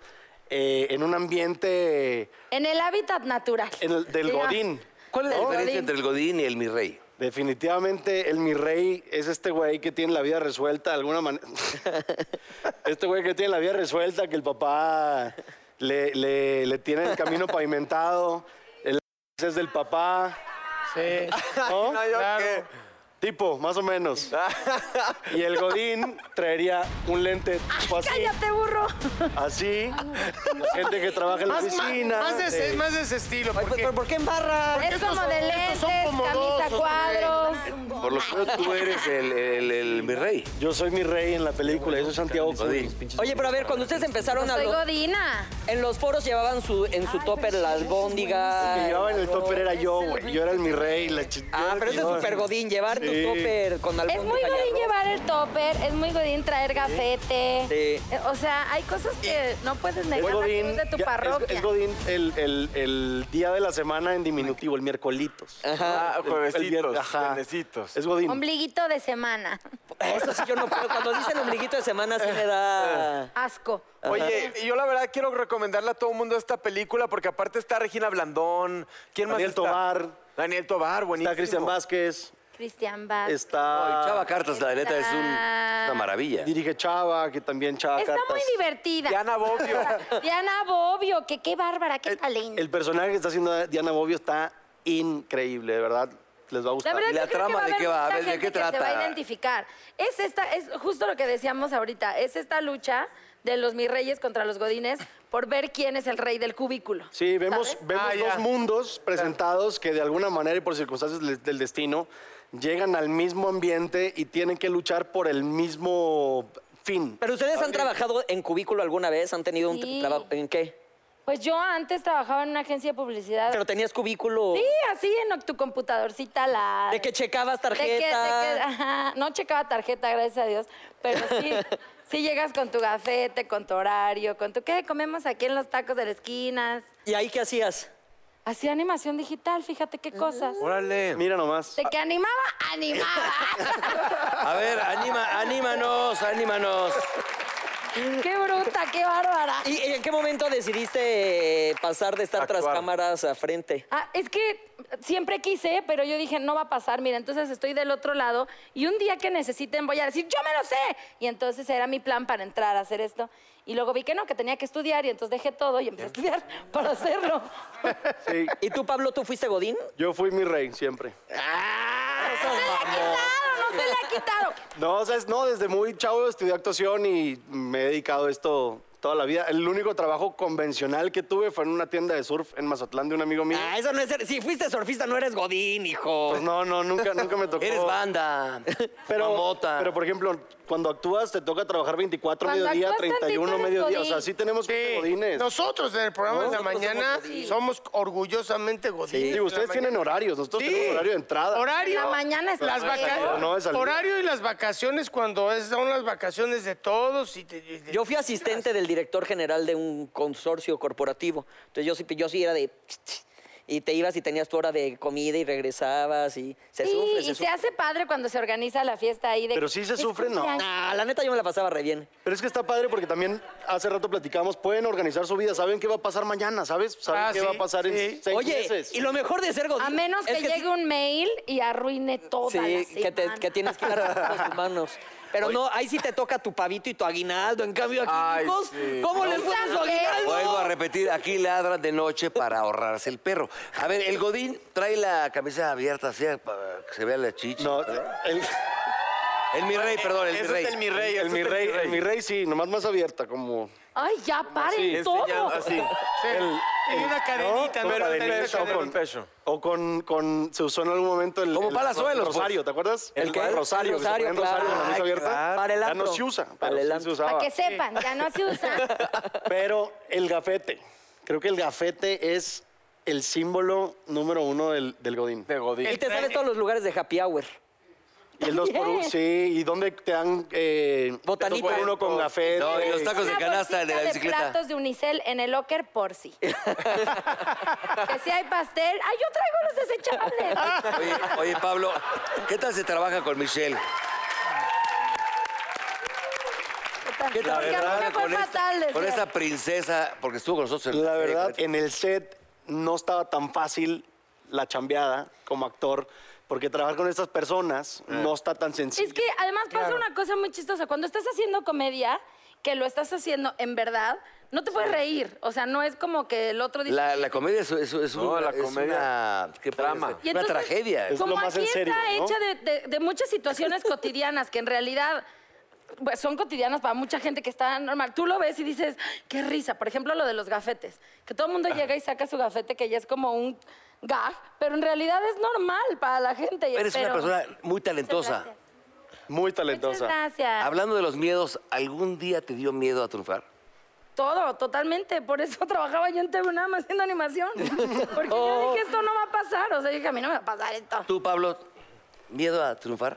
eh, en un ambiente
En el hábitat natural.
en el- del
Diga.
Godín.
¿Cuál es la
Del
diferencia
Godín.
entre el Godín y el Mi Rey?
Definitivamente el mi rey es este güey que tiene la vida resuelta de alguna manera. este güey que tiene la vida resuelta, que el papá le, le- le tiene el camino pavimentado, el es del papá,
Sí.
¿no?
No, yo qué.
Tipo, más o menos. y el godín traería un lente tipo así,
¡Cállate, burro!
así, gente que trabaja en la
Más, más,
oficina.
más de ese,
Sí.
más de ese estilo.
Ay,
Porque,
¿Pero por qué embarra?
porque
Es
estos
como
son-
de
estos
lentes,
son
camisa
comodosos,
cuadros.
Por lo que veo, tú eres el, el- el Mi Rey.
Yo soy mi rey en la película, yo soy Santiago Godín.
Oye, pero a ver, cuando ustedes empezaron a...
Soy
lo-
Godina.
En los foros llevaban su, en su topper la albóndiga.
que llevaba en el topper era yo, güey. Yo era el mi rey. La chi-
Ah,
yo-
pero ese es
yo-
super godín, llevar tu
Sí.
topper con
Es
albóndiga.
muy
y
godín
arroz.
llevar el topper, es muy godín traer gafete.
Sí.
Eh, O sea, hay cosas que no puedes
Es
negar la
Godín,
cruz de
ya,
tu
es-
parroquia.
es Godín el, el- el día de la semana en diminutivo, el miércolitos.
Ah,
viernes,
Juevesitos,
ajá.
juevesitos.
Es Godín.
Ombliguito de semana.
Eso sí yo no puedo. Cuando dicen ombliguito de semana sí me da...
Asco.
Oye, y yo la verdad quiero recomendarle a todo el mundo esta película porque aparte está Regina Blandón. ¿Quién más
Daniel
está?
Tovar.
Daniel Tobar, buenísimo.
Está Cristian Vázquez,
Cristian Vázquez.
está...
Ah. Chava Cartas, la neta, es un- una maravilla.
Dirige Chava, que también Chava
Está
Cartas.
muy divertida.
Diana Bobbio.
Diana Bobbio, que qué bárbara, qué talento.
El personaje que está haciendo Diana Bobbio está increíble, de verdad. Les va a
La
gustar.
verdad,
¿Y la
yo creo
trama
que
de qué
va?
va?
a
A
haber
ver,
mucha
¿de
gente
qué
Que se va a
trata?
identificar. Es esta, es justo lo que decíamos ahorita, es esta lucha de los mis reyes contra los godines por ver quién es el rey del cubículo.
Sí, vemos,
¿sabes?
vemos
Ah, ya.
dos mundos presentados que de alguna manera y por circunstancias le- del destino llegan al mismo ambiente y tienen que luchar por el mismo fin.
Pero ustedes han trabajado en cubículo alguna vez, han tenido un
Sí.
trabajo... ¿En qué?
Pues yo antes trabajaba en una agencia de publicidad.
Pero tenías cubículo...
Sí, así en tu computadorcita la...
De que checabas
De que-
tarjeta.
de que- ah. ajá, no checaba tarjeta, gracias a Dios, pero sí, sí llegas con tu gafete, con tu horario, con tu qué comemos aquí en los tacos de la esquina.
¿Y ahí qué hacías?
Hacía animación digital, fíjate qué cosas.
Órale.
Mira nomás.
De que animaba, animaba.
A ver, anima, anímanos, anímanos.
qué bruta, qué bárbara.
¿Y y en qué momento decidiste eh, pasar de estar tras
Actuar.
cámaras a frente?
Ah, es que siempre quise, pero yo dije, no va a pasar, mira, entonces estoy del otro lado y un día que necesiten voy a decir, yo me lo sé. Y entonces era mi plan para entrar a hacer esto. Y luego vi que no, que tenía que estudiar y entonces dejé todo y empecé a estudiar para hacerlo.
Sí,
¿Y tú, Pablo, tú fuiste Godín?
yo fui mi rey siempre.
¡No se le ha quitado! ¡No se le ha quitado!
No, o sea, es- no, desde muy chavo estudié actuación y me he dedicado a esto toda la vida. El único trabajo convencional que tuve fue en una tienda de surf en Mazatlán de un amigo mío.
Ah, eso no es ser... Si fuiste surfista, no eres Godín, hijo.
Pues no, no, nunca, nunca me tocó.
Eres banda.
Pero,
mamota.
pero, por ejemplo, cuando actúas te toca trabajar 24
Cuando
mediodía,
actúas tantito
31
eres
mediodía. O sea,
godín.
sí tenemos que
Sí.
godines.
Nosotros en el programa de la
Nosotros somos
mañana
godines.
somos orgullosamente godines.
Digo, ustedes tienen horarios, nosotros
Sí.
tenemos horario de entrada.
Horario.
La mañana es
las
la
vaca-
peor.
No, es salida.
Horario y las vacaciones cuando es- son las vacaciones de todos. Y te- y te-
Yo fui asistente del director general de un consorcio corporativo. Entonces yo sí, yo sí era de... Y te ibas y tenías tu hora de comida y regresabas y se
Sí,
sufre,
y
se
se
sufre.
hace padre cuando se organiza la fiesta ahí. De,
Pero sí se
Es
sufre, no.
cumpleaños.
Ah, la neta yo me la pasaba re bien.
Pero es que está padre porque también hace rato platicamos, pueden organizar su vida, saben qué va a pasar mañana, ¿sabes? Saben
Ah,
qué
sí,
va a pasar
sí.
en seis
Oye,
meses.
y lo mejor de ser godín...
A menos que,
es
llegue
sí-
un mail y arruine toda la
Sí, que, te-
semana.
que tienes que ir a tus manos. Pero no, ahí sí te toca tu pavito y tu aguinaldo. En cambio aquí,
Ay,
hijos,
sí.
¿cómo les pones su
¿Sabes?
Vuelvo a
aguinaldo?
repetir, aquí ladran de noche para ahorrarse el perro. A ver, el Godín trae la camisa abierta así para que se vea la chicha.
No, el,
El mi rey, perdón, el mi
Ese
rey.
es el mi rey.
el
ese
mi
es
rey, el mi rey sí, nomás más abierta, como...
Este
Ay, ya paren todo.
Enseñando así.
El,
Y una cadenita, ¿no?
¿no? Pero
Una
en
cadenita,
pecho,
cadenita.
con pecho. O con, con. Se usó en algún momento el.
Como
el
palazuelos, pues.
Rosario, ¿te acuerdas?
¿El qué?
rosario.
El
que se ponía en
rosario,
rosario con la mesa
claro.
abierta.
Claro. Para el
ya
antro.
no se usa.
Para el
Pero sí se
antro.
usaba.
Para que sepan, ya no se usa.
Pero el gafete. Creo que el gafete es el símbolo número uno del, del Godín.
De Godín.
Él te sabe todos los lugares de happy hour.
Y el dos por uno, sí. ¿Y dónde te dan eh,
Botanita.
dos por uno con gafete?
No, y los tacos de
Una
canasta de
bolsita
la bicicleta.
platos de unicel en el locker por sí. que si hay pastel. ¡Ay, yo traigo los desechables!
Oye, oye, Pablo, ¿qué tal se trabaja con Michelle?
¿Qué
La verdad,
fue
con,
fatal.
esta, con
decía.
esta princesa, porque estuvo con nosotros. en-
La verdad,
eh,
en el set no estaba tan fácil la chambeada como actor, porque trabajar con estas personas
Ah.
no está tan sencillo.
Es que además pasa una cosa muy chistosa. Cuando estás haciendo comedia, que lo estás haciendo en verdad, no te puedes reír. O sea, no es como que el otro dice...
La, la comedia es, es- es
No,
una,
la
es
comedia.
una- ¿qué puede
Drama.
ser?
Y
Una
entonces,
tragedia.
Es
Como
lo más
aquí
en serio,
está
¿no?
hecha de, de- de muchas situaciones cotidianas que en realidad pues, son cotidianas para mucha gente que está normal. Tú lo ves y dices, qué risa. Por ejemplo, lo de los gafetes. Que todo el mundo llega y saca su gafete, que ya es como un gag, pero en realidad es normal para la gente. y
Eres una
espero-
persona muy talentosa.
Muchas
Muy
Muchas
talentosa.
gracias.
Hablando de los miedos, ¿algún día te dio miedo a triunfar?
Todo, totalmente. Por eso trabajaba yo en TV UNAM haciendo animación. Porque yo dije, esto no va a pasar. O sea, dije, a mí no me va a pasar esto.
¿Tú, Pablo, miedo a triunfar?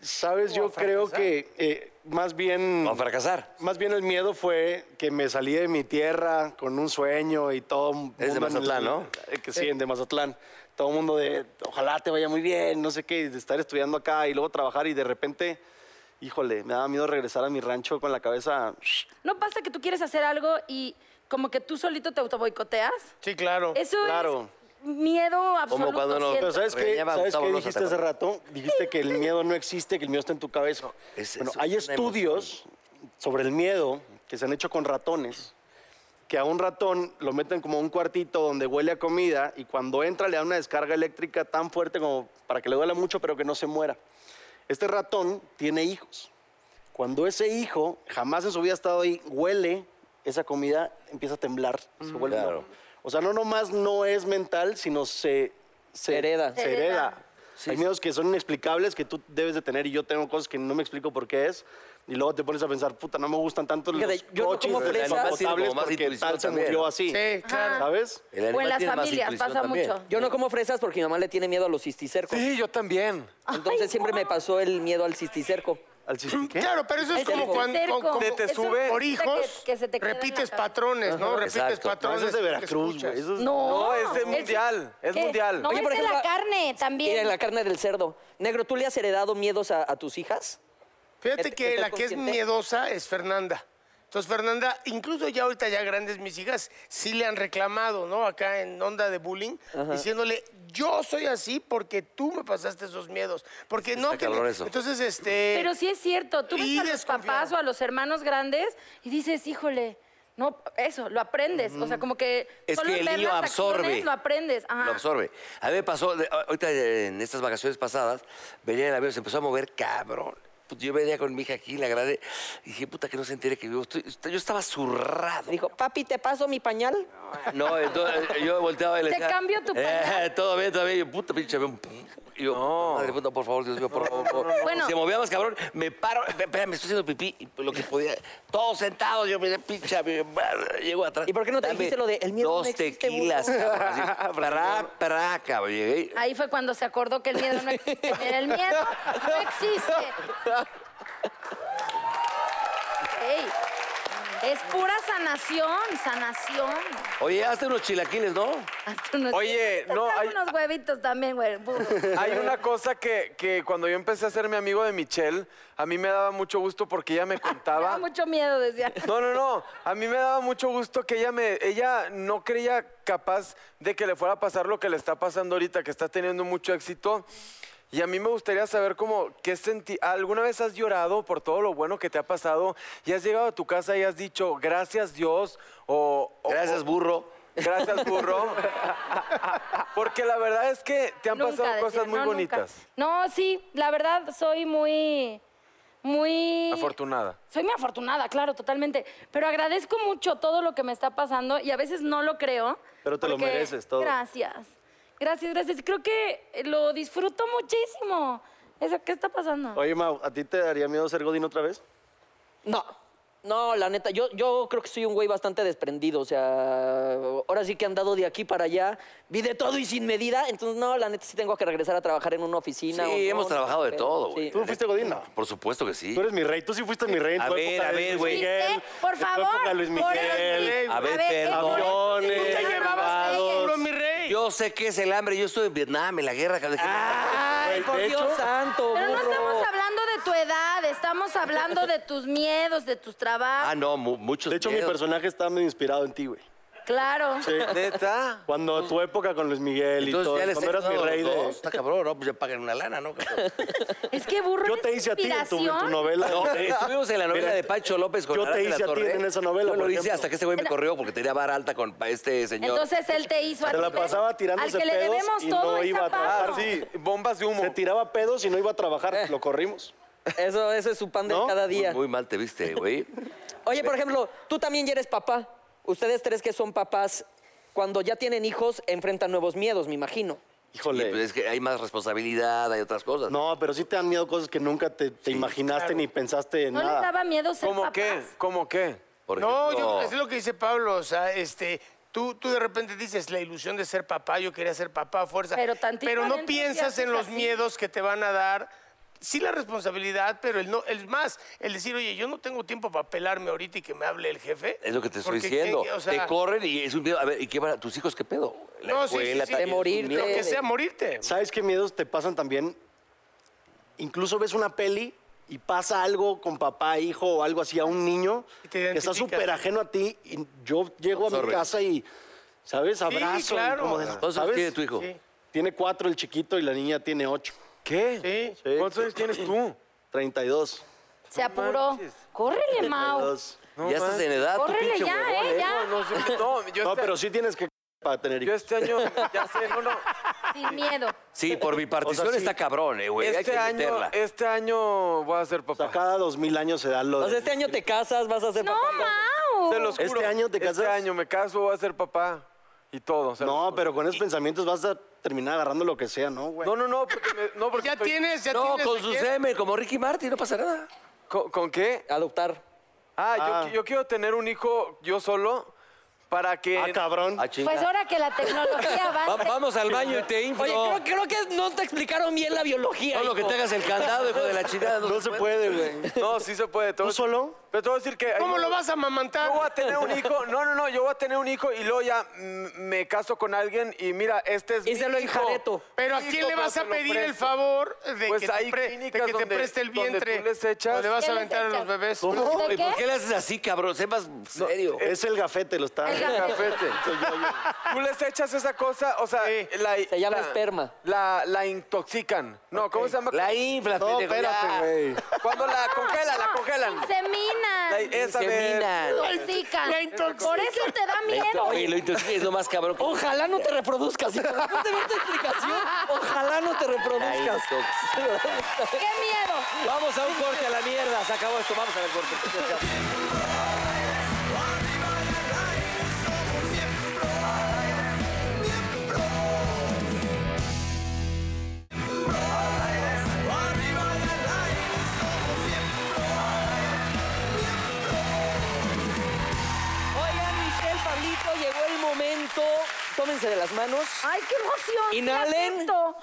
Sabes, yo creo que eh, más bien...
¿O a fracasar?
Más bien el miedo fue que me salí de mi tierra con un sueño y todo. mundo
Es de
en
Mazatlán, ¿no?
eh, Que sí, de Mazatlán. Todo el mundo de ojalá te vaya muy bien, no sé qué, y de estar estudiando acá y luego trabajar y de repente, híjole, me daba miedo regresar a mi rancho con la cabeza.
¿No pasa que tú quieres hacer algo y como que tú solito te autoboicoteas?
Sí, claro.
Eso
Claro.
es miedo absoluto.
cuando no-
siento.
Pero ¿sabes qué?
Regañaba a
¿Sabes
Gustavo
qué
Loza,
dijiste
¿te
hace rato? Dijiste que el miedo no existe, que el miedo está en tu cabeza.
es-
bueno,
es
hay
una
estudios sobre el miedo que se han hecho con ratones, que a un ratón lo meten como a un cuartito donde huele a comida y cuando entra le da una descarga eléctrica tan fuerte como para que le duela mucho pero que no se muera. Este ratón tiene hijos. Cuando ese hijo jamás en su vida ha estado ahí, huele esa comida, empieza a temblar, se vuelve
Mm. Claro.
loco. O sea, no nomás no es mental, sino se, se
Hereda.
Se
Se hereda.
hereda. Hay miedos que son inexplicables que tú debes de tener y yo tengo cosas que no me explico por qué es. Y luego te pones a pensar, puta, no me gustan tanto
Fíjate,
los
yo no
coches
como fresas.
Además,
insoportables
como más
porque
intuición
tal se
también,
murió
¿no?
así.
Sí, claro.
¿sabes?
El
O
animal
en las
tiene más
familias
intuición
pasa
también.
mucho.
Yo no como fresas porque mi mamá le tiene miedo a los cisticercos.
Sí, yo también.
Entonces siempre me pasó el miedo al cisticerco.
Al chiste, ¿qué?
Claro, pero eso es
Es
como
el
cuando
cerco.
como-
Te- te
como-
sube.
por hijos,
Que- que se te queda en la
repites
cabeza.
patrones, ¿no? Repites
Exacto. No,
No,
patrones.
eso es de
que
Veracruz,
escuchas.
güey. Eso es-
No,
No, es de mundial, es
¿Qué?
mundial.
No,
Oye,
es
por
de
ejemplo,
la carne también.
Mira, en la carne del cerdo. Negro, ¿tú le has heredado miedos a, a tus hijas?
Fíjate que
¿Estás
la que es
consciente?
miedosa es Fernanda. Entonces, Fernanda, incluso ya ahorita ya grandes, mis hijas sí le han reclamado, ¿no? Acá en onda de bullying, diciéndole, yo soy así porque tú me pasaste esos miedos. Porque no... que-
cabrón eso.
Entonces, este...
Pero sí es cierto, tú
Y
ves a los
desconfiar.
papás o a los hermanos grandes y dices, híjole, no, eso, lo aprendes. O sea, como que
Es
solo
que el
ver
niño
las acciones
absorbe.
lo aprendes. Ajá.
Lo absorbe. A mí me pasó, de- a- ahorita eh, en estas vacaciones pasadas, venía en el avión, se empezó a mover, cabrón. Puta, Yo venía con mi hija aquí, la agradé. Y dije, puta, que no se entere que vivo. Estoy- yo estaba zurrado.
Dijo, papi, ¿te paso mi pañal?
No, entonces eh, yo volteaba y le
Te
decía...
cambio tu pañal.
Eh, todo bien, todo bien. Y yo, puta, pinche avión. pum. Y yo, madre puta, por favor, Dios mío, por favor. por favor.
Bueno.
Se movía más, cabrón. Me paro, me- espérame, estoy haciendo pipí. y pues, Lo que podía, todos sentados. Yo me pinche avión. madre, Llego atrás.
¿Y por qué no te
Dame
dijiste lo de, "El miedo no
Dos
existe,
tequilas,
burro"?
cabrón. así, Pará, pará, cabrón. Llegué.
Ahí fue cuando se acordó que el miedo no existe. Mira, el miedo no existe. Ey, es pura sanación, sanación.
Oye, hazte unos chilaquiles, ¿no?
Hasta unos-
Oye,
Te
no,
traigo
hay-
unos huevitos también, güey. burro.
Hay una cosa que, que cuando yo empecé a ser mi amigo de Michelle, a mí me daba mucho gusto porque ella me
Me
contaba.
da mucho miedo, decía.
No, no, no. A mí me daba mucho gusto que ella me, ella no creía capaz de que le fuera a pasar lo que le está pasando ahorita, que está teniendo mucho éxito. Y a mí me gustaría saber cómo, qué sentí. ¿Alguna vez has llorado por todo lo bueno que te ha pasado y has llegado a tu casa y has dicho gracias Dios o, o-
Gracias, burro.
gracias burro? Porque la verdad es que te han
Nunca
pasado
decía,
cosas muy
no, nunca.
bonitas.
No, sí, la verdad soy muy muy...
Afortunada.
Soy muy afortunada, claro, totalmente. Pero agradezco mucho todo lo que me está pasando y a veces no lo creo.
Pero te lo
porque-
mereces todo.
Gracias. Gracias, gracias. Creo que eh, lo disfruto muchísimo. Eso, ¿Qué está pasando?
Oye, Mau, ¿a ti te daría miedo ser Godín otra vez?
No. No, la neta, yo, yo creo que soy un güey bastante desprendido. O sea, ahora sí que he andado de aquí para allá, vi de todo y sin medida. Entonces, no, la neta sí tengo que regresar a trabajar en una oficina.
Sí,
o no,
hemos
no,
trabajado de
pero-
todo, güey.
sí.
¿Tú fuiste Godín? No.
Por supuesto que sí.
Tú eres mi rey, tú sí fuiste mi rey. en
A
tu
ver,
época
a
de
ver,
Luis
güey.
Miguel,
eh, por
en tu época de
favor.
Luis
por el-
Miguel.
A ver,
qué
perdón.
bonito.
Aviones,
Te llevabas
grabados.
ellos.
mi rey.
Yo sé qué es el hambre. Yo estuve en Vietnam, en la guerra. cabrón.
Ay,
Ah. Güey,
por
de
Dios
hecho-
santo,
Pero no
burro.
estamos hablando de tu edad, estamos hablando de tus miedos, de tus
Ah,
trabajos.
no, mu- muchos
De hecho, mi
miedos.
personaje está medio inspirado en ti, güey.
Claro.
Sí.
¿Neta?
Cuando tu época con Luis Miguel y
Entonces
todo,
ya les he
cuando eras mi
dado
rey
los
de...
dos. Está cabrón, ¿no? Pues ya paguen una lana, ¿no? cabrón?
Es que burro.
Yo
eres
te hice a ti en tu, en tu
inspiración.
novela.
No, estuvimos en la novela
Mira,
de Pacho López con
yo
Arad
te
de la
hice a ti
Torre.
en esa novela,
Yo lo
por
hice
ejemplo.
hasta que este güey me corrió porque tenía vara alta con pa- este señor.
Entonces él te hizo a
Se
ti,
la
pero
pasaba tirándose
Al que le
pedos
debemos
y
todo
no
es
iba a
a Pablo.
trabajar.
Ah, sí, bombas de humo.
Se tiraba pedos y no iba a
Eh.
trabajar, lo corrimos.
Eso, eso es su pan de
¿No?
cada
muy,
día.
muy mal te viste, güey.
Oye, por ejemplo, tú también ya eres papá. Ustedes tres que son papás, cuando ya tienen hijos, enfrentan nuevos miedos, me imagino.
Híjole.
Y, pues, es que hay más responsabilidad, hay otras cosas.
No, pero sí te dan miedo cosas que nunca te, te imaginaste ni pensaste en
No les
nada.
daba miedo ser
¿Cómo
papás.
qué? ¿Cómo qué?
Por
No, yo
ejemplo,
creo que es lo que dice Pablo. O sea, este, tú, tú de repente dices la ilusión de ser papá, yo quería ser papá a fuerza.
Pero tantito
Pero no
adentro
piensas
sí haces
en los
así.
miedos que te van a dar. Sí la responsabilidad, pero el no, el más, el decir, oye, yo no tengo tiempo para pelarme ahorita y que me hable el jefe.
es lo que te estoy
Porque,
diciendo.
¿qué- o sea,
te corren y es un miedo. A ver, ¿y qué van a- tus hijos qué pedo? La
no, sí, sí,
escuela,
sí,
tal-
de morir,
Lo
de-
que sea, morirte.
¿Sabes qué miedos te pasan también? Incluso ves una peli y pasa algo con papá, hijo o algo así a un niño
Y te
que está
identificas.
súper ajeno a ti y yo llego a mi
Absorbes.
casa y, ¿sabes? Abrazo. y
claro.
como de la-
¿Cuántos años
¿sabes?
tiene tu hijo?
Sí.
Tiene cuatro el chiquito y la niña tiene ocho.
Sí.
Sí.
¿Cuántos años tienes tú?
32.
Se apuró.
manches.
Córrele, Mau.
32.
ya estás en edad, tú
Córrele
pinche
ya,
huevón,
¿eh?
¿eh?
Ya.
No, no, sí, no, yo,
No,
este,
pero sí tienes que para tener
yo
hijos.
este año, ya sé, no, no.
Sin miedo.
Sí, por mi partición
sí.
está cabrón, eh, güey. hay
Este
que
año,
meterla.
este año voy a ser
O sea,
papá.
cada dos mil años se da lo
O sea,
de-
este año te casas, vas a ser
No,
papá.
Mau.
Se los
¿Este
juro.
año te casas?
Este año me caso, voy a ser papá y todo. se los
No,
juro.
pero con esos pensamientos vas a terminar agarrando lo que sea, ¿no, güey?
No, no, no, porque me- no, porque
Ya
estoy-
tienes, ya
No,
tienes.
con
¿a
su
quién?
semen, como Ricky Martin, no pasa nada.
¿Con, con qué?
Adoptar.
Ah, yo
Ah.
qui- Yo, quiero tener un hijo yo solo para que...
Ah, cabrón.
Ah, chinga.
Pues ahora que la tecnología
Va-
avanza.
vamos al baño y te inflo.
Oye, creo, creo que no te explicaron bien la biología.
No, lo que
hijo.
te hagas el candado, hijo de la chingada.
No se puede, güey.
No, sí se puede. te voy
¿Tú
a-
solo?
Pero te voy a decir que...
¿Cómo
Ay,
lo
no,
vas a mamantar?
Yo voy a tener un hijo, no, no, no, yo voy a tener un hijo y luego ya mm, me caso con alguien y mira, este es
Y
mi
se lo
hijo.
enjareto.
Pero ¿a
Hijo,
quién le
pero
vas
se
a
lo
pedir el
presto.
favor de
Pues
que, te,
hay
pre- de
clínicas
que te
donde-
preste el
donde tú
vientre?
les echas-
¿O le vas
¿Qué
a
les
aventar a los
echas?
bebés?
¿Cómo?
¿De
Oye, ¿Por
qué?
qué le haces así, cabrón? Sé más serio.
Es el gafete, lo está.
El gafete.
Cafete. Tú les echas esa cosa, o sea,
Sí.
la,
Se llama
la-
esperma.
La, la intoxican. No, ¿cómo se llama?
La infla,
No, espérate, güey.
Cuando la congelan, la congelan. La-
Inseminan.
esa de-
Intoxican. Por eso te da miedo.
Oye, lo intoxica es lo más cabrón. que-
Ojalá no te reproduzcas. Si te después de ver tu explicación, ojalá no te
La
reproduzcas.
intoxica.
¡Qué miedo!
Vamos a un corte a la mierda. Se acabó esto. Vamos a ver corte.
Oigan, Michelle, Pablito, llegó el momento. Tómense de las manos.
¡Ay, qué emoción! qué
Inhalen.
acento.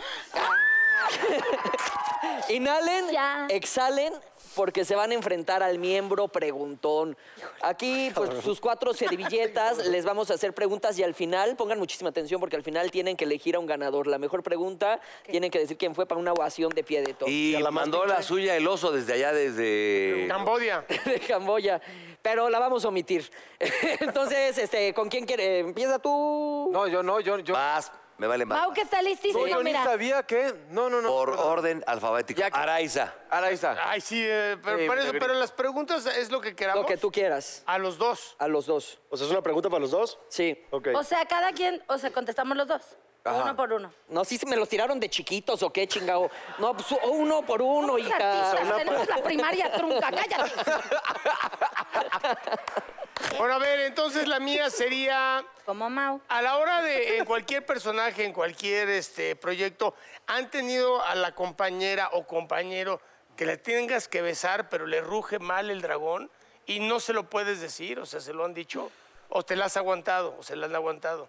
Inhalen,
Ya.
exhalen, porque se van a enfrentar al miembro preguntón. Aquí, pues, sus cuatro servilletas, les vamos a hacer preguntas y al final, pongan muchísima atención, porque al final tienen que elegir a un ganador. La mejor pregunta, tienen que decir quién fue para una ovación de pie de todo.
Y
a la más
mandó la suya el oso desde allá, desde...
Cambodia.
de Camboya, pero la vamos a omitir. Entonces, este, ¿con quién quiere? Empieza tú.
No, yo no, yo... yo...
Paz, me vale más.
Mau, que está listísimo,
No, yo ni
mira.
sabía que... No, no, no.
Por orden alfabético.
Ya que-
Araiza.
Ahora ahí está.
Ay, sí, eh, pero,
Sí,
para eso,
me-
pero las preguntas es lo que queramos.
Lo que tú quieras,
A los dos.
a los dos.
O sea, es una pregunta para los dos.
Sí.
Ok.
O sea, cada quien, o sea, contestamos los dos.
Ajá.
Uno por uno.
No, sí, se me los tiraron de chiquitos o qué chingado. No, pues o uno por uno,
Somos
hija.
artistas, tenemos la primaria trunca, cállate.
Bueno, a ver, entonces la mía sería
Como Mau.
a la hora de en cualquier personaje, en cualquier este proyecto, han tenido a la compañera o compañero que le tengas que besar, pero le ruge mal el dragón y no se lo puedes decir, o sea, se lo han dicho o te la has aguantado o se la han aguantado.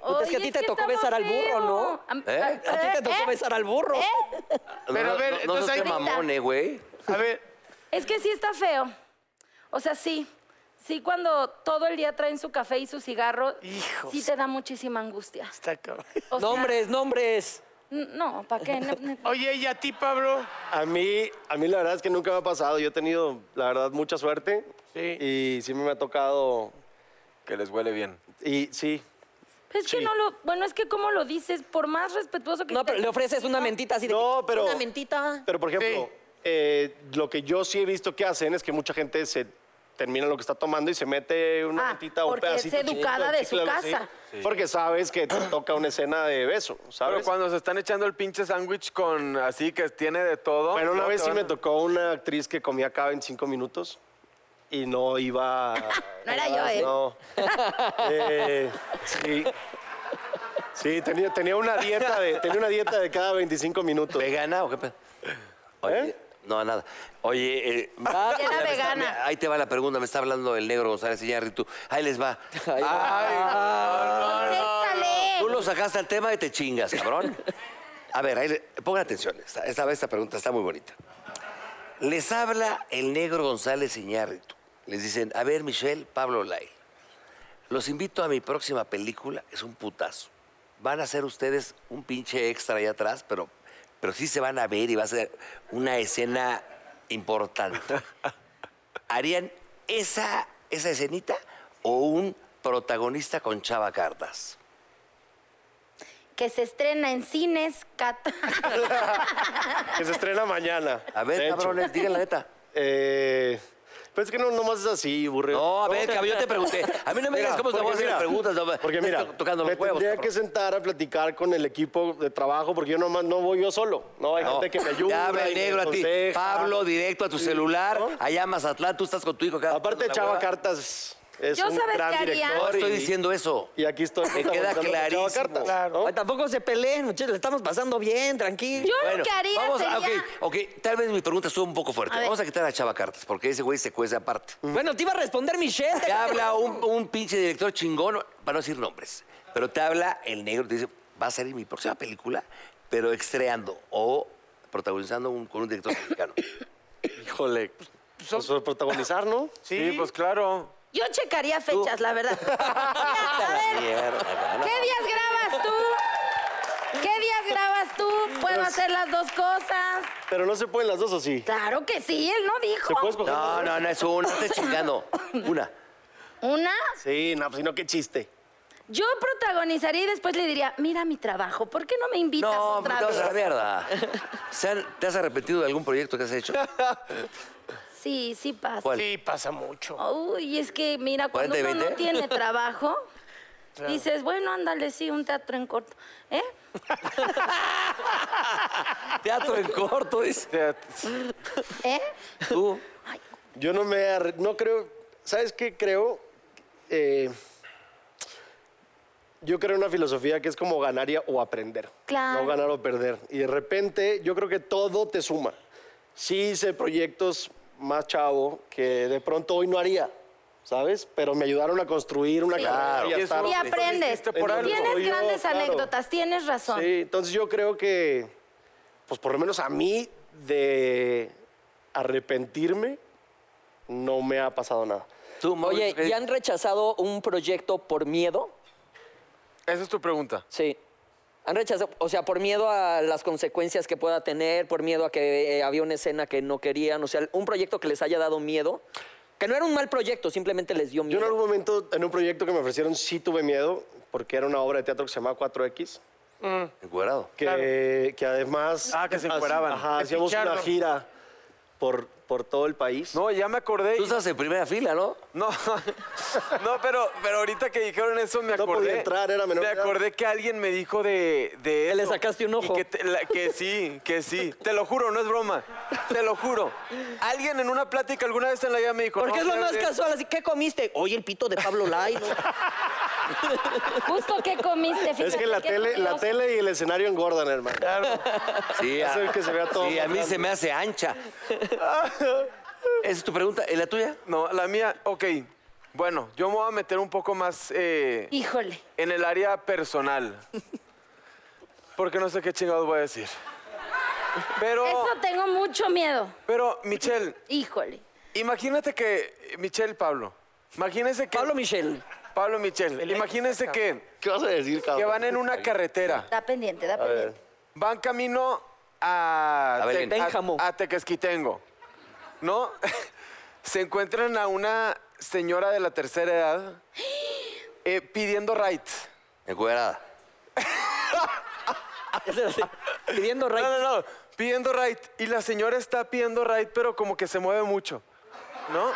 Puta, Pues es que a
Oye,
ti te tocó
estaba
besar al burro, ¿no?
Am-
¿Eh?
A ti te tocó
¿Eh?
besar al burro.
¿Eh?
Pero, a ver,
no, no
entonces
seas
ahí-
mamón, eh, güey.
A ver,
Es que sí está feo. O sea, sí. Sí, cuando todo el día traen su café y su cigarro,
Hijos.
sí te da muchísima angustia.
está cabrón.
O sea,
Nombres, nombres.
n- No, ¿para qué? Ne- ne-
Oye, ¿y a ti, Pablo?
A mí, a mí la verdad es que nunca me ha pasado. Yo he tenido, la verdad, mucha suerte.
Sí.
Y sí me ha tocado.
Que les huele bien.
Y sí.
Es que
Sí.
no lo. Bueno, es que como lo dices, por más respetuoso que
No, pero le ofreces una mentita así de.
No,
que-
pero-
Una mentita.
Pero, por ejemplo,
Sí.
eh, lo que yo sí he visto que hacen es que mucha gente se termina lo que está tomando y se mete una
Ah,
mentita o un
porque es
pedacito. chiquito
educada de su
chicle, algo así,
casa.
Porque sabes que te toca una escena de beso,
Pero
¿sabes?
cuando se están echando el pinche sándwich con así que tiene de todo.
Bueno, una
no,
vez
te
sí
van
me
a-
tocó una actriz que comía acá en cinco minutos y no iba.
No era yo, ¿eh?
No. Eh, sí. Sí, tenía, tenía, una dieta de, tenía una dieta de cada 25 minutos.
¿Vegana o qué pedo? Oye,
¿Eh?
No, nada. Oye, eh,
Ah,
Era
me está-
vegana.
me- ahí te va la pregunta, me está hablando el negro González Iñárritu. Ahí les va.
Contéstale.
Tú lo sacaste al tema y te chingas, cabrón. A ver, ahí le- pongan atención. Esta, esta, esta pregunta está muy bonita. Les habla el negro González Iñárritu. Les dicen, a ver, Michelle, Pablo Lai, los invito a mi próxima película. Es un putazo. Van a ser ustedes un pinche extra allá atrás, pero, pero sí se van a ver y va a ser una escena importante. ¿Harían esa, esa escenita o un protagonista con Chava Cartas?
Que se estrena en cines. cat-
Que se estrena mañana.
A ver,
de hecho.
cabrones, digan la neta.
Eh, pues es que no, nomás es así, burreo.
No, a ver, cabrón, yo te pregunté. A mí no me digas cómo te voy a hacer las preguntas. no,
Porque
me
mira,
estoy tocando
me
los huevos.
tendría que
cabrón.
sentar a platicar con el equipo de trabajo porque yo nomás no voy yo solo. No, hay
No,
gente que me ayuda.
Ya habla el
y me
negro a ti.
aconseja.
Pablo, directo a tu
Sí,
celular.
¿no?
Allá a Mazatlán, tú estás con tu hijo. acá.
Aparte,
Una
Chava
hueva.
Cartas es
Yo
un
sabes
gran
qué haría.
No
director.
estoy
y-
diciendo eso.
Y aquí estoy.
Me queda
protagonizando a Chava
clarísimo.
Cartas,
Ay,
¿no?
tampoco se peleen, muchachos. Le estamos pasando bien, tranquilo.
Yo lo que haría
vamos a-
sería.
ok, ok, tal vez mi pregunta estuvo un poco fuerte.
A ver.
vamos a quitar a Chava Cartas, porque ese güey se cuece aparte.
Bueno, te iba a responder Michelle.
Te habla un, un pinche director chingón, para no decir nombres, pero te habla el negro, te dice, va a salir mi próxima película, pero estreando o protagonizando un- con un director mexicano.
Híjole. Pues, por protagonizar, ¿no?
Sí, pues claro.
Yo checaría fechas, la verdad.
Vete a la
a ver.
mierda, cabrón.
¿Qué días grabas tú? ¿Qué días grabas tú? Puedo hacer las dos cosas.
Pero no se pueden las dos o sí.
Claro que sí, él no dijo.
¿Se puede escoger?
No, no, no, es una, estás chingando. Una.
Una,
Sí, no, pues, si no, qué chiste.
yo protagonizaría y después le diría, mira mi trabajo, ¿por qué no me invitas
No, me
otra
te vas a la
vez?
mierda. ¿Se han- ¿Te has arrepentido de algún proyecto que has hecho?
Sí, sí pasa.
¿Cuál?
Sí, pasa mucho.
Ah, Uy, es que mira, cuando
40 y
uno no
20.
tiene trabajo, dices, bueno, ándale, sí, un teatro en corto. ¿Eh?
Teatro en corto, dice.
Te-
¿Eh?
Tú.
Yo no me arre- no creo, ¿sabes qué creo? Eh, yo creo en una filosofía que es como ganar y- o aprender.
Claro.
No ganar o perder. Y de repente yo creo que todo te suma. Sí hice proyectos más chavo que de pronto hoy no haría, ¿sabes? Pero me ayudaron a construir una
Sí.
carrera y a
Y eso-
estar-
Y
Claro,
aprendes.
hiciste por algo.
Tienes
Soy yo,
grandes
claro.
anécdotas, tienes razón.
Sí, entonces yo creo que, pues por lo menos a mí, de arrepentirme, no me ha pasado nada.
Tú, Mauricio,
Oye,
¿qué-
¿y han rechazado un proyecto por miedo?
Esa es tu pregunta.
Sí. Han rechazado, o sea, por miedo a las consecuencias que pueda tener, por miedo a que eh, había una escena que no querían, o sea, un proyecto que les haya dado miedo, que no era un mal proyecto, simplemente les dio
Yo
miedo.
en algún momento, en un proyecto que me ofrecieron, sí tuve miedo, porque era una obra de teatro que se llamaba 4X,
Encuerado.
que, que además...
Ah, que se
hac-
encueraban.
Ajá, hacíamos una
pichardo.
gira
por, por todo el país.
No, ya me acordé. y-
Tú estás en primera fila, ¿no?
No, no pero, pero ahorita que dijeron eso me
No
acordé.
podía entrar, era menor
Me
de edad.
acordé que alguien me dijo de, de
Que le
eso.
sacaste un
Y
ojo.
que, te- la- que sí, que sí. Te lo juro, no es broma. Te lo juro. Alguien en una plática alguna vez en la vida me dijo...
Porque
"No,
es lo
¿sabes
más
qué?
casual, así, ¿qué comiste? Oye, el pito de Pablo Lai, ¿no?
Justo que comiste, fíjate.
Es que la
qué
tele, la
curioso.
tele y el escenario engordan, hermano.
Sí, ah,
Eso es que se vea todo
Sí, a
más
mí
grande.
se me hace ancha. ¿Esa es tu pregunta? ¿Es la tuya?
No, la mía, ok. Bueno, yo me voy a meter un poco más eh,
Híjole.
en el área personal. Porque no sé qué chingados voy a decir. Pero,
Eso tengo mucho miedo.
pero Michelle,
Híjole.
imagínate que... Michelle Pablo. Imagínense que...
Pablo Michel.
Pablo Michel, imagínense que,
¿Qué vas a decir, cabrón?
que van en una carretera.
Da pendiente, da pendiente.
Van camino a,
A Belén.
Te- a-
Pénjamo.
a Tequesquitengo. ¿No? Se encuentran a una señora de la tercera edad eh, pidiendo right.
Encuadrada.
Es así, Pidiendo
No,
raíz.
no, no. Pidiendo right. Y la señora está pidiendo right, pero como que se mueve mucho. ¿No?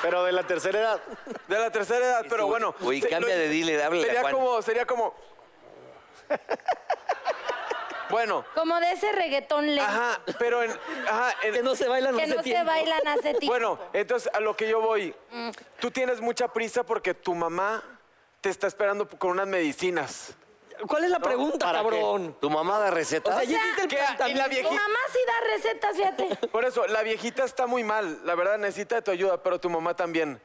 Pero de la tercera edad.
De la tercera edad, pero
Uy,
bueno.
uy,
se-
cambia de dealer, háblale a
Sería
Juan.
como, sería como. Bueno,
Como de ese reggaetón lento
ajá, pero en. Ajá, en-
Que no se bailan
que
hace
no se
tiempo.
bailan hace tiempo.
Bueno, entonces a lo que yo voy, tú tienes mucha prisa porque tu mamá te está esperando con unas medicinas.
¿Cuál es la pregunta, cabrón?
¿Tu mamá da receta?
O sea, ya hiciste el
¿qué? ¿Y la
planteamiento.
vieja?
Mi mamá sí da recetas, fíjate.
Por eso, la viejita está muy mal, la verdad necesita de tu ayuda, pero tu mamá también.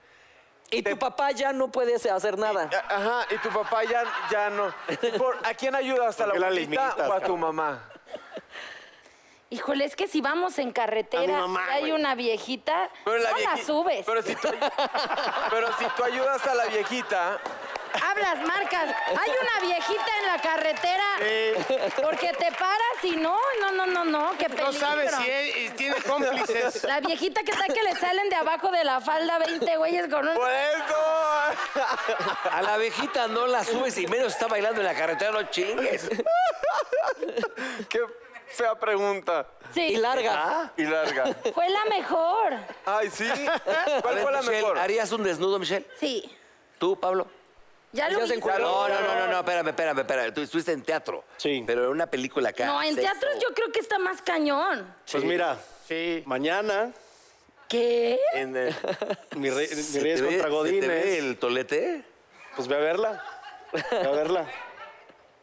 Y tu papá ya no puede hacer nada.
A- Ajá, y tu papá ya, ya no. Por- ¿A quién ayudas? ¿A la
¿Por qué la
abuelita
limitas,
o a tu
cabrón?
mamá?
Híjole, es que si vamos en carretera
mamá,
y hay una viejita, no
vieji-
la subes.
Pero si, tú, pero si tú ayudas a la viejita,
Hablas, marcas. Hay una viejita en la carretera. Porque te paras y no, no, no, no, no. Qué peligro.
No sabes si él eh, tiene cómplices.
La viejita que está que le salen de abajo de la falda 20 güeyes con un...
por eso.
A la abejita no la subes y menos está bailando en la carretera, no chingues.
Qué fea pregunta.
Y
Sí,
Ah,
larga.
Y larga.
fue la mejor.
Ay, sí.
A
¿Cuál
ver,
fue la
Michelle,
mejor?
¿Harías un desnudo, Michelle?
Sí.
¿Tú, Pablo?
Ya lo
Ya se
hice.
encuadró.
No, no, no, no, no, espérame, espérame, espérame. Tú estuviste en teatro.
Sí.
Pero en una película acá.
No, en
sexo.
teatros yo creo que está más cañón.
Pues mira, mañana
¿Qué?
En el-
mi, rey, mi
¿Se
rey es
te ve- se
contra
te ve
Godínez.
el tolete?
Pues ve a verla. Ve a verla.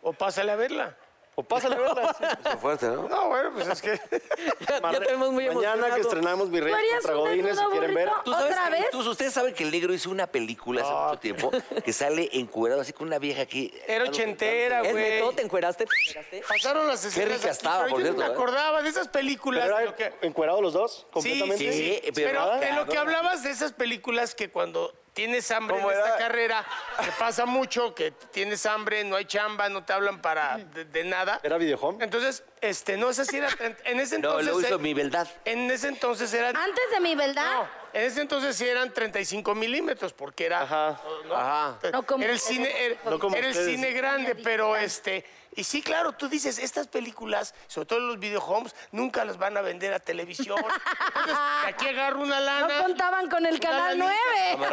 O pásale a verla.
O pásale a verla. sí.
Está fuerte, ¿no?
No, bueno, pues es que.
Ya tenemos muy
Mañana que
emocionado.
estrenamos mi rey
¿Tú harías
contra
un
Godínez, si
desnudo
quieren ver.
burrito?
¿Tú sabes
¿Otra
que-
vez?
tú- ustedes saben que el negro hizo una película hace mucho tiempo que sale encuerado así con una vieja aquí.
Era ochentera,
¿Es
güey.
neto? ¿Te encueraste? ¿Te encueraste?
Pasaron las escenas.
rica
aquí,
estaba,
pero
por
yo no
cierto,
me
¿eh?
acordaba de esas películas.
¿Pero
de
era
lo que-
encuerados los dos?
Sí,
¿Completamente?
sí, sí.
Sí, pero-
Pero de lo que
cabrón.
hablabas de esas películas que cuando tienes hambre en
¿Cómo
esta
era?
carrera, te pasa mucho que tienes hambre, no hay chamba, no te hablan para de, de nada.
¿Era videohome?
Entonces, este, no sé si era... En ese
No,
entonces...
lo hizo
eh,
mi beldad.
En ese entonces eran...
Antes de mi verdad.
No, en ese entonces sí eran 35 milímetros, porque era.
Ajá.
¿no?
No como
era el
ustedes.
cine, era,
No como
era el
ustedes.
cine grande, pero este. Y sí, claro, tú dices, estas películas, sobre todo los videohomes, nunca las van a vender a televisión. Entonces, de aquí agarro una lana.
No contaban con el canal
lanita.
9.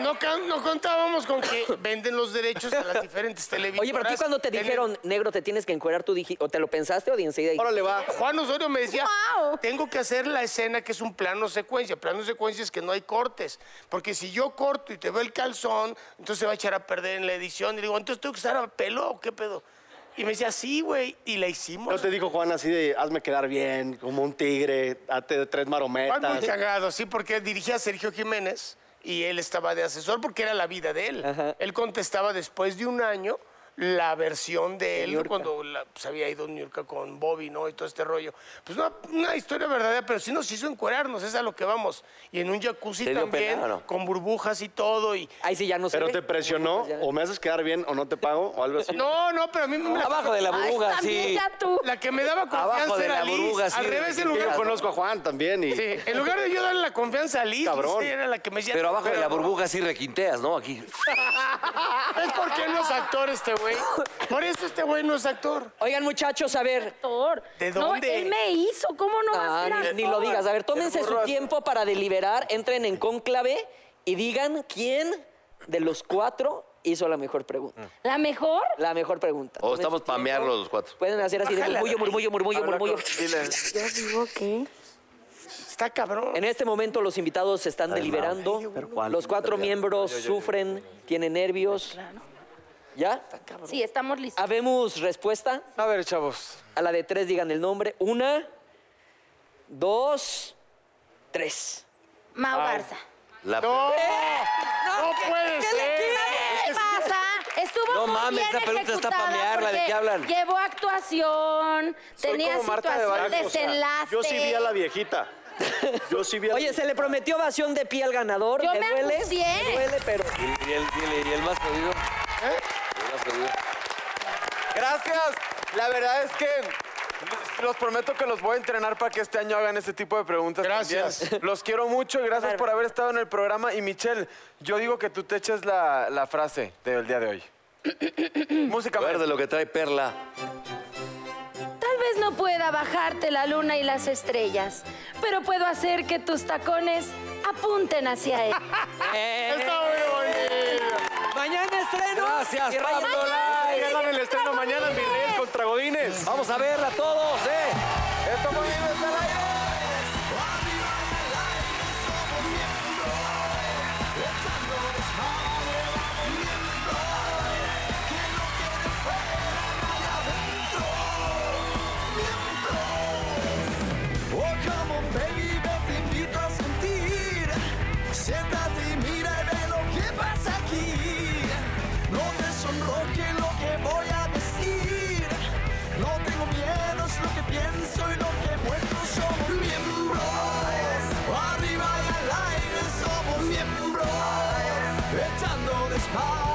No, ca- no contábamos con que venden los derechos a las diferentes televisoras.
Oye, pero aquí cuando te
En el-
dijeron, negro, te tienes que encuerar, tú dij- o te lo pensaste o de enseguida dijiste,
Órale, va.
Juan Osorio me decía,
¡Guau!
tengo que hacer la escena que es un plano secuencia. Plano secuencia es que no hay cortes. Porque si yo corto y te veo el calzón, entonces se va a echar a perder en la edición. Y digo, entonces tengo que estar a pelo o qué pedo. Y me decía, sí, güey. Y la
No
hicimos.
te dijo Juan así de hazme quedar bien, como un tigre, date tres
Juan muy
marometas.
cagado, sí, porque dirigía a Sergio Jiménez y él estaba de asesor porque era la vida de él. Él contestaba después de un año la versión de él cuando la- pues, había ido a New York con Bobby, ¿no? Y todo este rollo. Pues una, una historia verdadera, pero sí nos hizo encuerarnos, es a lo que vamos. Y en un jacuzzi
¿Te dio
también,
pena o no?
con burbujas y todo. y
Ahí sí ya no sé.
Pero te presionó, o me haces quedar bien, o no te pago, o algo así.
No, no, pero a mí me la,
Abajo de la burbuja,
también
sí.
ya tú.
la que me daba
Abajo
confianza
de
era
la
Liz.
burbuja, sí,
Al revés, en lugar,
Yo conozco a Juan también y
sí, en lugar de yo darle la confianza a Liz, pues,
Cabrón.
sí, era la que me decía...
Pero abajo de la
no".
burbuja sí requinteas, ¿no? Aquí.
Es porque no es actor este güey. Por eso este güey no es actor.
Oigan, muchachos, a ver.
Actor.
¿De
No,
dónde?
él me hizo, ¿cómo no va a
Ah,
ser actor?
ni, ni lo digas. A ver, tómense su
borrazo.
tiempo para deliberar, entren en cónclave y digan quién de los cuatro hizo la mejor pregunta.
¿La mejor?
La mejor pregunta.
O
Tómense
estamos
su tiempo.
pamearlos los cuatro.
Pueden hacer así de murmullo, murmullo, murmullo, murmullo.
Yo digo que...
Está cabrón.
En este momento los invitados están deliberando. Los cuatro miembros sufren, tienen nervios. ¿Ya?
Sí, estamos listos.
Habemos respuesta.
A ver, chavos.
A la de tres digan el nombre. Una, dos, tres.
Mau Garza.
La-
No puede ser.
¿Qué pasa? Estuvo
No
muy
mames,
bien
esa pregunta está
ejecutada
pamearla, ¿de
porque
qué hablan?
Llevó actuación, tenía
como Marta de
situación
baile,
desenlace.
Yo sí vi a la viejita. Yo sí vi a la
Oye, se le prometió ovación de pie al ganador.
Yo
me
me
duele.
angustié.
Me duele, pero.
Y, y el, y el- y el más jodido. El más jodido.
Gracias. La verdad es que los prometo que los voy a entrenar para que este año hagan este tipo de preguntas.
Gracias.
también. Los quiero mucho y gracias por haber estado en el programa. Y Michelle, yo digo que tú te eches la, la frase del día de hoy. Música.
Verde
maestra.
lo que trae Perla.
Tal vez no pueda bajarte la luna y las estrellas, pero puedo hacer que tus tacones apunten hacia él.
Está muy bonito.
Mañana estreno.
Gracias,
Y Rayos
Pablo.
Láser.
Regalan el estreno mañana en Virreyes contra Godínez.
Vamos a verla todos, ¿eh?
Esto fue Vive Está al Aire.
Oh, come on, baby, ven, te invito a sentir. Siéntate y mira y ve lo que pasa aquí. No te sonroje lo que voy a decir. No tengo miedo, es lo que pienso y lo que muestro. Somos miembros. Arriba y al aire somos miembros. Echando despacio.